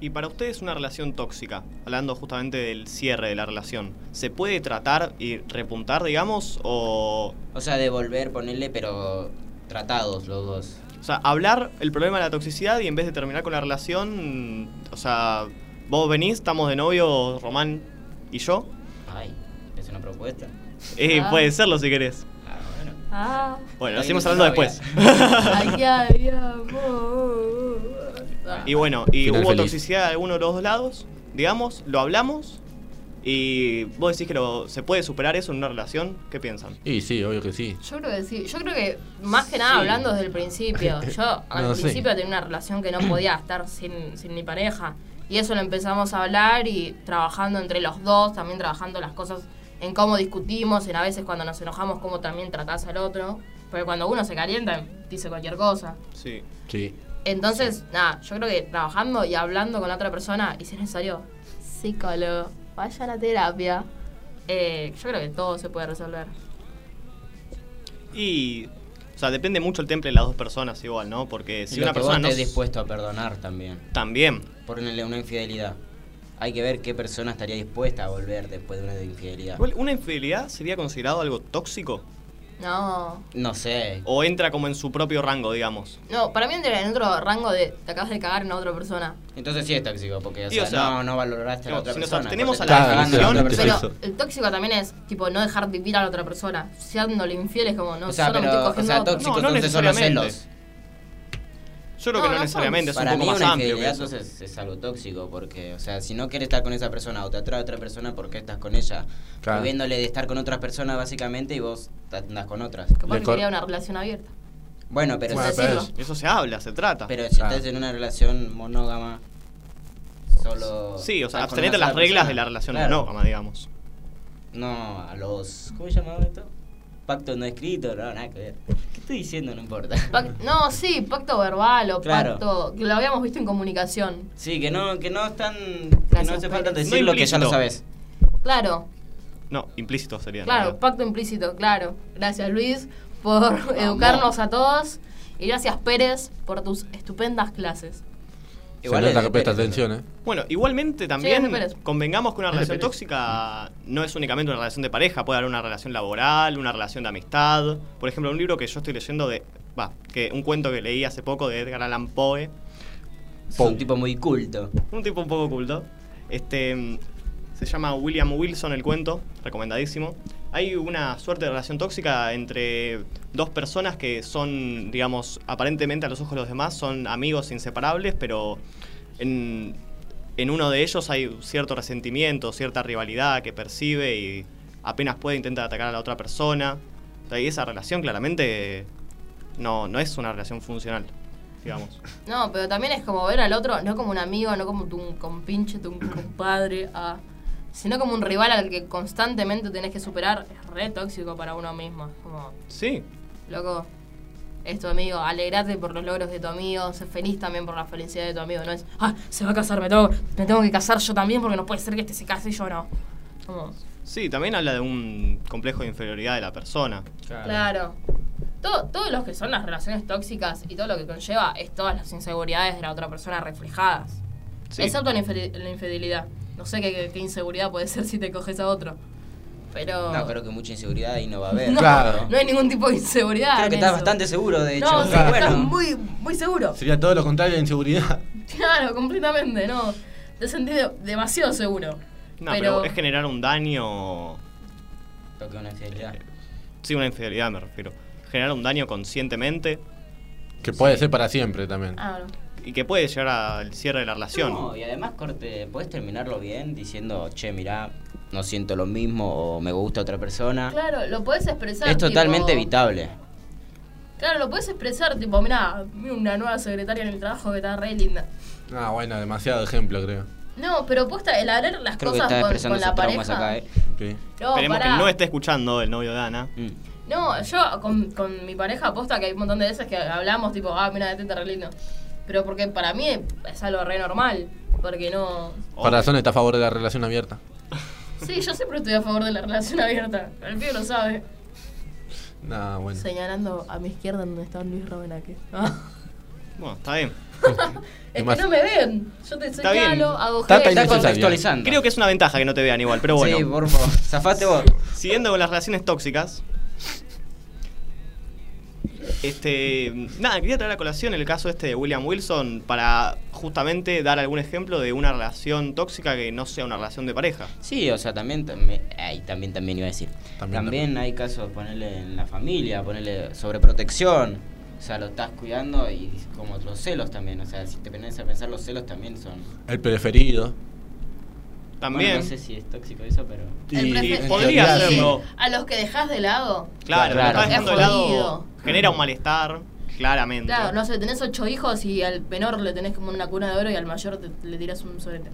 Speaker 6: Y para ustedes una relación tóxica, hablando justamente del cierre de la relación, ¿se puede tratar y repuntar, digamos, o...?
Speaker 4: O sea, devolver, ponerle, pero tratados los dos.
Speaker 6: O sea, hablar el problema de la toxicidad y en vez de terminar con la relación, o sea, vos venís, estamos de novio, Román y yo.
Speaker 4: Ay, es una propuesta.
Speaker 6: Eh,
Speaker 3: Ah.
Speaker 6: puede serlo si querés.
Speaker 3: Ah.
Speaker 6: Bueno,
Speaker 4: Está
Speaker 6: lo seguimos
Speaker 4: bien,
Speaker 6: hablando
Speaker 4: novia.
Speaker 6: después.
Speaker 3: Ay, ay, amor. Ah.
Speaker 6: Y bueno, y
Speaker 7: Final
Speaker 6: hubo
Speaker 7: feliz.
Speaker 6: toxicidad de alguno de los dos lados, digamos, lo hablamos y vos decís que lo- se puede superar eso en una relación, ¿qué piensan?
Speaker 7: Y sí, obvio que sí.
Speaker 3: Yo creo que sí. Yo creo que más que nada
Speaker 7: Sí.
Speaker 3: hablando desde el principio. Yo al
Speaker 7: No, sí.
Speaker 3: principio tenía una relación que no podía estar sin, sin mi pareja. Y eso lo empezamos a hablar y trabajando entre los dos, también trabajando las cosas en cómo discutimos, en a veces cuando nos enojamos, cómo también tratás al otro. Porque cuando uno se calienta, dice cualquier cosa.
Speaker 6: Sí.
Speaker 7: Sí.
Speaker 3: Entonces, nada, yo creo que trabajando y hablando con la otra persona, y si es necesario, psicólogo, vaya a la terapia. Eh, yo creo que todo se puede resolver.
Speaker 6: Y, o sea, depende mucho el temple de las dos personas igual, ¿no? Porque si
Speaker 4: Lo
Speaker 6: una
Speaker 4: que
Speaker 6: persona
Speaker 4: vos
Speaker 6: no...
Speaker 4: estés dispuesto a perdonar también.
Speaker 6: También.
Speaker 4: Ponerle una infidelidad. Hay que ver qué persona estaría dispuesta a volver después de una infidelidad.
Speaker 6: Igual, ¿Una infidelidad sería considerado algo tóxico?
Speaker 3: No.
Speaker 4: No sé.
Speaker 6: ¿O entra como en su propio rango, digamos?
Speaker 3: No, para mí entra en otro rango de te acabas de cagar en otra persona.
Speaker 4: Entonces sí es tóxico, porque o
Speaker 6: Y,
Speaker 4: sea,
Speaker 6: o sea,
Speaker 4: no, no valoraste a la
Speaker 6: no,
Speaker 4: otra
Speaker 6: si nos
Speaker 4: persona.
Speaker 6: abstenemos
Speaker 4: Aparte
Speaker 6: a la
Speaker 4: te estás cagando
Speaker 6: definición,
Speaker 4: otra
Speaker 3: Pero
Speaker 4: persona.
Speaker 3: el tóxico también es, tipo, no dejar vivir a la otra persona. Siéndole infiel es como, no,
Speaker 4: O sea,
Speaker 3: yo no me
Speaker 4: pero,
Speaker 3: estoy
Speaker 4: o
Speaker 3: cogiendo
Speaker 4: sea,
Speaker 3: a otro.
Speaker 4: tóxico entonces son los celos.
Speaker 6: Yo creo que no, necesariamente, es un
Speaker 4: Para
Speaker 6: poco
Speaker 4: mí
Speaker 6: más
Speaker 4: una
Speaker 6: amplio que
Speaker 4: infidelidad
Speaker 6: eso.
Speaker 4: entonces es algo tóxico, porque, o sea, si no quieres estar con esa persona o te atrae a otra persona, ¿por qué estás con ella?
Speaker 7: Claro.
Speaker 4: Prohibiéndole de estar con otras personas básicamente y vos te andás con otras.
Speaker 3: Capaz que quería una relación abierta.
Speaker 4: Bueno, pero
Speaker 3: Bueno,
Speaker 4: si-
Speaker 3: pero
Speaker 6: Eso se habla, se trata.
Speaker 4: Pero si estás en una relación monógama, solo...
Speaker 6: Sí, o sea,
Speaker 4: estás con
Speaker 6: abstenete
Speaker 4: una
Speaker 6: a las
Speaker 4: sola
Speaker 6: reglas
Speaker 4: persona.
Speaker 6: de la relación
Speaker 4: Claro.
Speaker 6: monógama, digamos.
Speaker 4: No, a los... ¿Cómo se llamaba esto? Pacto no escrito, no, nada que ver. ¿Qué estoy diciendo? No importa.
Speaker 3: Pac- no, sí, pacto verbal o
Speaker 4: Claro.
Speaker 3: pacto. Que lo habíamos visto en comunicación.
Speaker 4: Sí, que no, que no están... Que no hace falta decir lo que ya lo
Speaker 6: implícito.
Speaker 4: sabes.
Speaker 3: Claro.
Speaker 6: No, implícito sería. en
Speaker 3: Claro,
Speaker 6: realidad.
Speaker 3: pacto implícito, claro. Gracias Luis por educarnos a todos y gracias Pérez por tus estupendas clases.
Speaker 7: Igual
Speaker 6: es
Speaker 7: Se nota
Speaker 6: de
Speaker 7: que presta
Speaker 6: Pérez,
Speaker 7: atención, ¿eh?
Speaker 6: Bueno, igualmente
Speaker 3: Sí,
Speaker 6: también
Speaker 3: es de Pérez.
Speaker 6: convengamos que una
Speaker 7: Es de
Speaker 6: relación
Speaker 7: Pérez.
Speaker 6: tóxica no es únicamente una relación de pareja, puede haber una relación laboral, una relación de amistad. Por ejemplo, un libro que yo estoy leyendo de. Va, que un cuento que leí hace poco de Edgar Allan Poe.
Speaker 4: Es un tipo muy culto.
Speaker 6: Un tipo un poco culto. Este. mm, Se llama William Wilson el cuento, recomendadísimo. Hay una suerte de relación tóxica entre dos personas que son, digamos, aparentemente a los ojos de los demás, son amigos inseparables, pero en, en uno de ellos hay cierto resentimiento, cierta rivalidad que percibe y apenas puede intentar atacar a la otra persona. O sea, y esa relación claramente no, no es una relación funcional, digamos.
Speaker 3: No, pero también es como ver al otro, no como un amigo, no como tu compinche, tu compadre, ah, sino como un rival al que constantemente tenés que superar. Es re tóxico para uno mismo. es como,
Speaker 6: Sí,
Speaker 3: loco, es tu amigo, alegrate por los logros de tu amigo, sé feliz también por la felicidad de tu amigo. No es, ah, se va a casar, me tengo, me tengo que casar yo también porque no puede ser que este se case y yo no. Como,
Speaker 6: sí, también habla de un complejo de inferioridad de la persona.
Speaker 3: Claro. Todo, todo lo que son las relaciones tóxicas y todo lo que conlleva es todas las inseguridades de la otra persona reflejadas.
Speaker 6: Sí.
Speaker 3: Excepto la, infeli- la infidelidad. No sé qué, qué- qué inseguridad puede ser si te coges a otro. Pero.
Speaker 4: No, creo que mucha inseguridad ahí no va a haber.
Speaker 3: No, no hay ningún tipo de inseguridad.
Speaker 4: Creo
Speaker 3: en
Speaker 4: que estás
Speaker 3: eso.
Speaker 4: bastante seguro, de hecho.
Speaker 3: No, sí,
Speaker 4: Claro.
Speaker 3: estás muy, muy seguro.
Speaker 7: Sería todo lo contrario de inseguridad.
Speaker 3: Claro, completamente, no. Te sentís de- demasiado seguro.
Speaker 6: No,
Speaker 3: Pero-
Speaker 6: pero, es generar un daño.
Speaker 4: Toque una infidelidad.
Speaker 6: Sí, una infidelidad me refiero. Generar un daño conscientemente
Speaker 7: Que puede ser para siempre también.
Speaker 3: Ah.
Speaker 6: y que puede llegar al cierre de la relación.
Speaker 4: No, y además, corte, puedes terminarlo bien diciendo, che, mirá, no siento lo mismo o me gusta otra persona.
Speaker 3: Claro, lo podés expresar.
Speaker 4: Es totalmente
Speaker 3: tipo-
Speaker 4: evitable.
Speaker 3: Claro, lo podés expresar, tipo, mirá, vi una nueva secretaria en el trabajo que está re linda.
Speaker 7: Ah, bueno, demasiado ejemplo, creo.
Speaker 3: No, pero posta, el hablar las
Speaker 4: Creo que
Speaker 3: cosas
Speaker 4: está
Speaker 3: con,
Speaker 4: expresando
Speaker 3: con la
Speaker 4: sus traumas
Speaker 3: pareja.
Speaker 4: acá, eh. Mm.
Speaker 3: No,
Speaker 6: Esperemos
Speaker 3: pará.
Speaker 6: que no esté escuchando el novio de Ana.
Speaker 3: No, yo con, con mi pareja posta que hay un montón de veces que hablamos, tipo, ah, mira, este está re lindo. Pero porque para mí es algo re normal. Porque no.
Speaker 7: Parazón está a favor de la relación abierta.
Speaker 3: Sí, yo siempre estoy a favor de la relación abierta. El pibe lo sabe.
Speaker 7: No, Ah, bueno.
Speaker 3: Señalando a mi izquierda donde está Luis Robenaque.
Speaker 6: Bueno, está bien.
Speaker 3: es
Speaker 6: más-
Speaker 3: que no me ven. Yo te
Speaker 6: Está bien.
Speaker 3: señalo, hago
Speaker 6: Está
Speaker 3: gestos.
Speaker 6: contextualizando. Creo que es una ventaja que no te vean igual, pero bueno.
Speaker 4: Sí, por favor. Zafate vos.
Speaker 6: Siguiendo con las relaciones tóxicas. Este, nada, quería traer a colación el caso este de William Wilson para justamente dar algún ejemplo de una relación tóxica que no sea una relación de pareja.
Speaker 4: Sí, o sea, también, también, ay, también, también iba a decir.
Speaker 6: También,
Speaker 4: También, hay casos, ponerle en la familia, ponerle sobreprotección. O sea, lo estás cuidando y como los celos también. O sea, si te pones a pensar, los celos también son.
Speaker 7: El preferido.
Speaker 6: También.
Speaker 4: Bueno, no sé si es tóxico eso, pero.
Speaker 7: El Y- prefe-
Speaker 6: y podría
Speaker 7: Sí.
Speaker 6: serlo.
Speaker 3: A los que dejás de lado.
Speaker 6: Claro,
Speaker 4: Claro.
Speaker 6: lo estás dejando de lado,
Speaker 3: Jodido.
Speaker 6: genera un malestar, claramente.
Speaker 3: Claro, no sé, tenés ocho hijos y al menor le tenés como una cuna de oro y al mayor te- le tirás un sorete.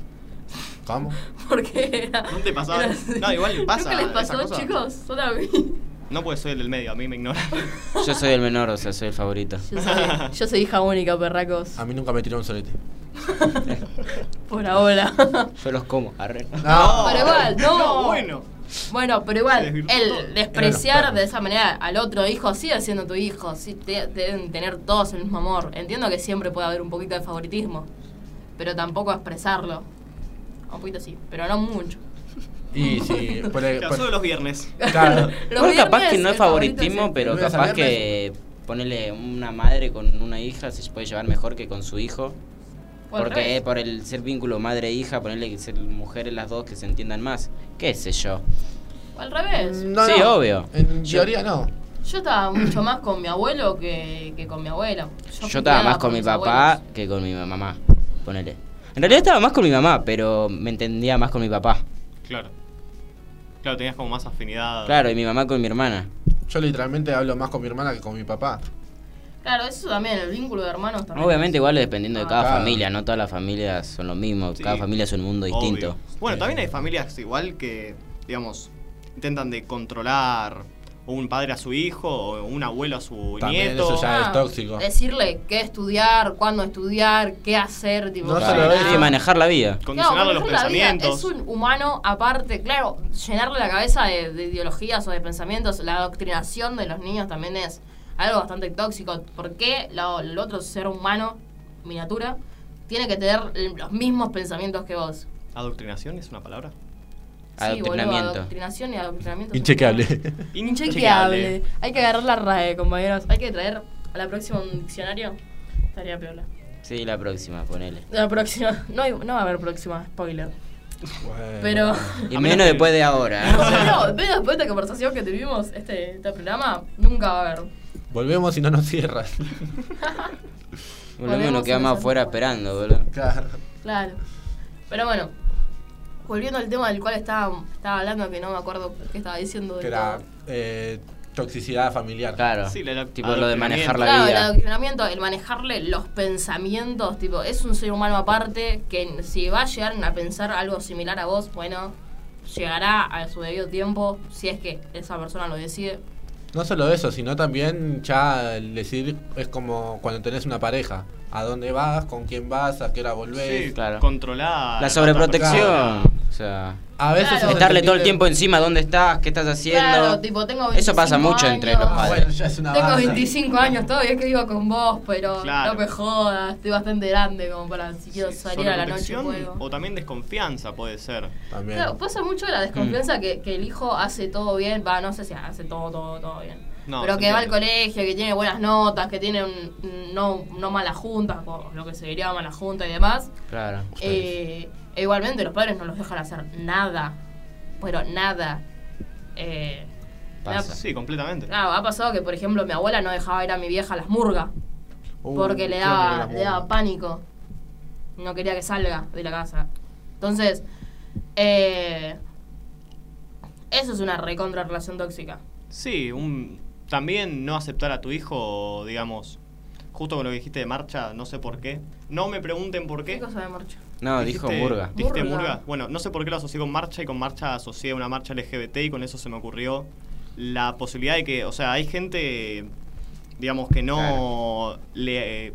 Speaker 7: ¿Cómo?
Speaker 3: Porque era.
Speaker 6: ¿No te pasaba?
Speaker 3: era así.
Speaker 6: No, igual pasa
Speaker 3: ¿Nunca les
Speaker 6: esa
Speaker 3: pasó,
Speaker 6: cosa.
Speaker 3: chicos? Solo a mí.
Speaker 6: No, porque soy el del medio, a mí me ignora.
Speaker 4: Yo soy el menor, o sea, soy el favorito.
Speaker 3: Yo soy, yo soy hija única, perracos.
Speaker 7: A mí nunca me tiró un solete.
Speaker 3: Por ahora.
Speaker 4: Yo los como, arre.
Speaker 3: Pero igual, no.
Speaker 6: No, bueno.
Speaker 3: Bueno, pero
Speaker 4: Se
Speaker 3: igual,
Speaker 4: desvirtuó todo.
Speaker 3: el despreciar de esa manera al otro hijo sigue siendo tu hijo. Sí, te- deben tener todos el mismo amor. Entiendo que siempre puede haber un poquito de favoritismo, pero tampoco expresarlo. Un poquito sí, pero no mucho.
Speaker 7: Y sí, por
Speaker 4: Eh,
Speaker 6: Claro,
Speaker 7: el-
Speaker 4: pues
Speaker 7: por-
Speaker 6: solo los viernes.
Speaker 7: Claro.
Speaker 3: Los
Speaker 4: Igual capaz
Speaker 3: viernes,
Speaker 4: que no es
Speaker 3: el favorito
Speaker 4: favoritismo,
Speaker 3: es el-
Speaker 4: pero
Speaker 7: ¿El lunes a
Speaker 4: capaz que ponerle una madre con una hija se puede llevar mejor que con su hijo.
Speaker 3: O al
Speaker 4: Porque
Speaker 3: revés.
Speaker 4: eh, por el ser vínculo madre-hija, ponerle que ser mujeres las dos que se entiendan más. ¿Qué sé yo?
Speaker 3: O al revés.
Speaker 7: No,
Speaker 4: sí,
Speaker 7: no.
Speaker 4: obvio.
Speaker 7: En
Speaker 4: Yo-
Speaker 7: teoría no.
Speaker 3: Yo estaba mucho más con mi abuelo que, que con mi abuela.
Speaker 4: Yo,
Speaker 3: fui
Speaker 4: estaba
Speaker 3: criada
Speaker 4: más
Speaker 3: por
Speaker 4: con mi
Speaker 3: mis
Speaker 4: papá
Speaker 3: abuelos.
Speaker 4: que con mi mamá. Ponele. En realidad estaba más con mi mamá, pero me entendía más con mi papá.
Speaker 6: Claro. Claro, tenías como más afinidad.
Speaker 4: Claro, y mi mamá con mi hermana.
Speaker 7: Yo literalmente hablo más con mi hermana que con mi papá.
Speaker 3: Claro, eso también, el vínculo de hermanos también.
Speaker 4: Obviamente igual dependiendo de cada
Speaker 7: claro.
Speaker 4: familia, no todas las familias son lo mismo,
Speaker 6: Sí,
Speaker 4: cada familia es un mundo
Speaker 6: obvio.
Speaker 4: distinto.
Speaker 6: Bueno, también hay familias igual que, digamos, intentan de controlar un padre a su hijo, o un abuelo a su
Speaker 7: También
Speaker 6: nieto.
Speaker 7: eso ya es tóxico.
Speaker 3: Ah, Decirle qué estudiar, cuándo estudiar, qué hacer, tipo,
Speaker 6: No
Speaker 3: yo
Speaker 6: se lo
Speaker 3: no-
Speaker 6: ve.
Speaker 4: Sí, manejar la vida.
Speaker 3: Claro, manejar la vida. Es un humano aparte, claro, llenarle la cabeza de, de ideologías o de pensamientos, la adoctrinación de los niños también es algo bastante tóxico. ¿Por qué la- el otro ser humano, miniatura, tiene que tener los mismos pensamientos que vos?
Speaker 6: ¿Adoctrinación es una palabra?
Speaker 3: Sí, boludo, adoctrinación y adoctrinamiento.
Speaker 7: Inchequeable.
Speaker 3: Inchequeable. Hay que agarrar la RAE, compañeros. Hay que traer a la próxima un diccionario. Estaría peor.
Speaker 4: Sí, la próxima, ponele.
Speaker 3: La próxima. No, hay- no va a haber próxima, spoiler.
Speaker 4: Eh,
Speaker 3: Pero.
Speaker 4: Y menos después de ahora. ¿eh?
Speaker 3: Pero, pero después de esta conversación que tuvimos, este, este programa, nunca va a haber.
Speaker 7: Volvemos y no nos cierran.
Speaker 4: Boludo, nos quedamos afuera esperando, boludo.
Speaker 3: Claro. Pero bueno, volviendo al tema del cual estaba, estaba hablando, que no me acuerdo qué estaba diciendo.
Speaker 7: Que
Speaker 3: del
Speaker 7: era
Speaker 3: todo.
Speaker 7: eh, toxicidad familiar.
Speaker 4: Claro. Sí, la- Tipo lo de manejar la
Speaker 3: claro, el
Speaker 4: vida.
Speaker 3: adoctrinamiento, el manejarle los pensamientos, tipo, es un ser humano aparte que si va a llegar a pensar algo similar a vos, bueno, llegará a su debido tiempo, si es que esa persona lo decide.
Speaker 7: No solo eso, sino también ya el decir es como cuando tenés una pareja. ¿A dónde vas? ¿Con quién vas? ¿A qué hora volvés?
Speaker 6: Sí, controlar.
Speaker 4: La sobreprotección. O sea,
Speaker 7: A veces es
Speaker 4: estarle todo el
Speaker 7: entendible.
Speaker 4: tiempo encima, ¿dónde estás? ¿Qué estás haciendo?
Speaker 3: Claro, tipo, tengo 25
Speaker 4: Eso pasa mucho entre los
Speaker 3: años.
Speaker 4: padres.
Speaker 3: Tengo 25 años todavía que vivo con vos, pero
Speaker 6: Claro.
Speaker 3: no me jodas, estoy bastante grande como para si quiero salir a la noche
Speaker 6: Sobreprotección
Speaker 3: juego.
Speaker 6: O también desconfianza puede ser.
Speaker 7: También.
Speaker 3: Claro, pasa mucho la
Speaker 6: Mm.
Speaker 3: desconfianza que, que el hijo hace todo bien, va, no sé si hace todo, todo, todo bien.
Speaker 6: No,
Speaker 3: pero
Speaker 6: se
Speaker 3: que va al
Speaker 6: entiende.
Speaker 3: colegio, que tiene buenas notas, que tiene un- no, no malas juntas, o lo que se diría mala junta y demás.
Speaker 4: Claro.
Speaker 3: Eh, e igualmente los padres no los dejan hacer nada, pero nada. Eh,
Speaker 6: Pasa.
Speaker 3: me ha-
Speaker 6: Sí, completamente.
Speaker 3: Claro, ha pasado que, por ejemplo, mi abuela no dejaba ir a mi vieja a las murgas
Speaker 7: Uh,
Speaker 3: porque le daba, le daba pánico. No quería que salga de la casa. Entonces, eh, eso es una recontra relación tóxica.
Speaker 6: Sí, un, también no aceptar a tu hijo, digamos, justo con lo que dijiste de marcha, no sé por qué. No me pregunten por qué. ¿Qué
Speaker 3: cosa de marcha?
Speaker 4: No, dijo murga.
Speaker 6: ¿Dijiste
Speaker 4: Murga.
Speaker 6: murga? Bueno, no sé por qué lo asocié con marcha y con marcha asocié una marcha LGBT y con eso se me ocurrió la posibilidad de que, o sea, hay gente, digamos, que no le eh,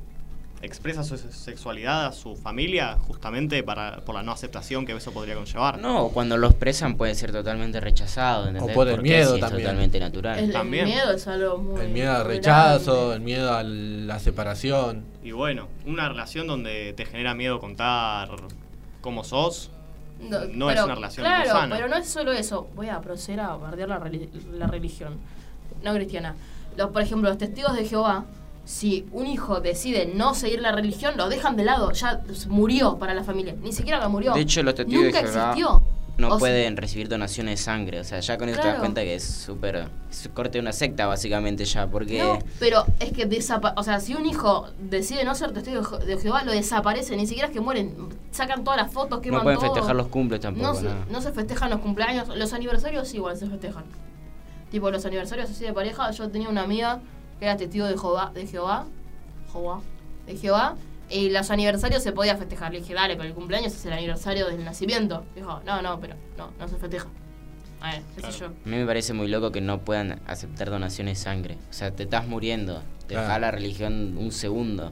Speaker 6: expresa su sexualidad a su familia justamente para, por la no aceptación que eso podría conllevar.
Speaker 4: No, cuando los presan puede ser totalmente rechazado, ¿entendés?
Speaker 7: O por el
Speaker 4: Porque
Speaker 7: miedo
Speaker 4: sí, es
Speaker 7: también.
Speaker 4: totalmente natural.
Speaker 3: El, el miedo es algo muy...
Speaker 7: El miedo al
Speaker 3: muy
Speaker 7: rechazo, el miedo a la separación.
Speaker 6: Y bueno, una relación donde te genera miedo contar cómo sos, no,
Speaker 3: grande.
Speaker 6: es
Speaker 3: pero-
Speaker 6: una relación
Speaker 3: Claro,
Speaker 6: muy sana.
Speaker 3: pero no es solo eso. Voy a proceder a bardear la, reli- la religión. No cristiana. Los, por ejemplo, los testigos de Jehová, si un hijo decide no seguir la religión, lo dejan de lado. Ya murió para la familia. Ni siquiera la murió.
Speaker 4: De hecho, los testigos
Speaker 3: Nunca
Speaker 4: de Jehová
Speaker 3: existió.
Speaker 4: no
Speaker 3: O sea-
Speaker 4: pueden recibir donaciones de sangre. O sea, ya con eso te das
Speaker 3: Claro.
Speaker 4: cuenta que es súper. Es corte de una secta, básicamente, ya. Porque.
Speaker 3: No, pero es que desapa o sea, si un hijo decide no ser testigo de Je- de Jehová, lo desaparece, ni siquiera es que mueren, sacan todas las fotos, queman
Speaker 4: No pueden
Speaker 3: todo.
Speaker 4: festejar los cumples
Speaker 3: No
Speaker 4: tampoco,
Speaker 3: se,
Speaker 4: nada.
Speaker 3: no se festejan los cumpleaños, los aniversarios sí, igual se festejan. Tipo los aniversarios así de pareja, yo tenía una amiga que era testigo de Jehová, de Jehová, Jehová, de Jehová, y los aniversarios se podía festejar. Le dije, dale, pero el cumpleaños es el aniversario del nacimiento. Dijo, no, no, pero no, no se festeja. A ver, qué sé yo.
Speaker 4: A mí me parece muy loco que no puedan aceptar donaciones de sangre. O sea, te estás muriendo. Te
Speaker 6: Claro.
Speaker 4: deja la religión un segundo.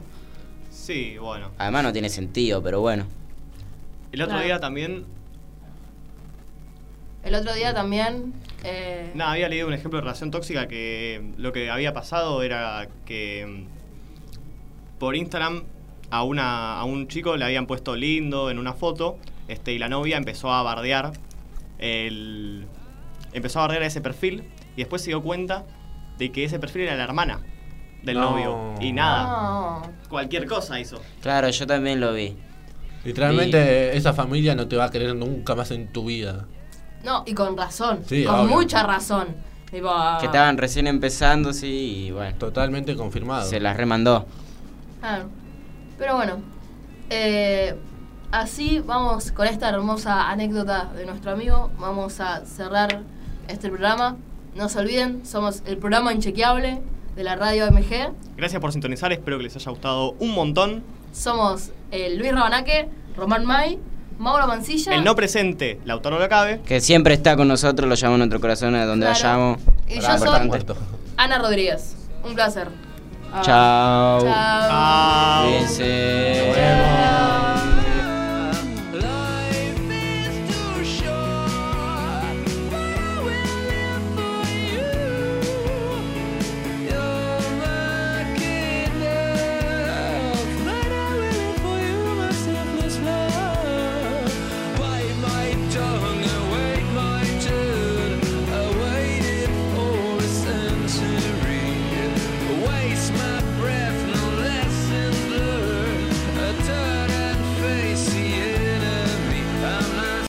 Speaker 6: Sí, bueno.
Speaker 4: Además, no tiene sentido, pero bueno.
Speaker 6: El otro
Speaker 3: Claro.
Speaker 6: día también,
Speaker 3: El otro día también... eh,
Speaker 6: nada, había leído un ejemplo de relación tóxica que lo que había pasado era que mm, por Instagram a, una, a un chico le habían puesto lindo en una foto este, y la novia empezó a bardear el, empezó a bardear ese perfil y después se dio cuenta de que ese perfil era la hermana del
Speaker 4: No.
Speaker 6: novio y nada, cualquier cosa hizo.
Speaker 4: Claro, yo también lo vi.
Speaker 7: Literalmente esa familia no te va a querer nunca más en tu vida.
Speaker 3: No, y con razón.
Speaker 7: Sí,
Speaker 3: con
Speaker 7: obvio.
Speaker 3: mucha razón. Tipo,
Speaker 4: Que estaban recién empezando, sí, y bueno.
Speaker 7: Totalmente confirmado.
Speaker 4: Se las remandó.
Speaker 3: ah, pero bueno. eh, así vamos con esta hermosa anécdota de nuestro amigo. Vamos a cerrar este programa. No se olviden, somos el programa inchequeable de la radio MG.
Speaker 6: Gracias por sintonizar, espero que les haya gustado un montón.
Speaker 3: Somos eh, Luis Rabanaque, Román May Mauro Mancilla.
Speaker 6: El no presente, el autor no lo cabe.
Speaker 4: Que siempre está con nosotros, lo llevamos en nuestro corazón, a donde
Speaker 3: Claro.
Speaker 4: vayamos.
Speaker 3: Y yo
Speaker 4: Pará,
Speaker 3: soy-
Speaker 4: importante.
Speaker 3: Ana Rodríguez. Un placer.
Speaker 4: Chao.
Speaker 3: Chao.
Speaker 4: Cuídense.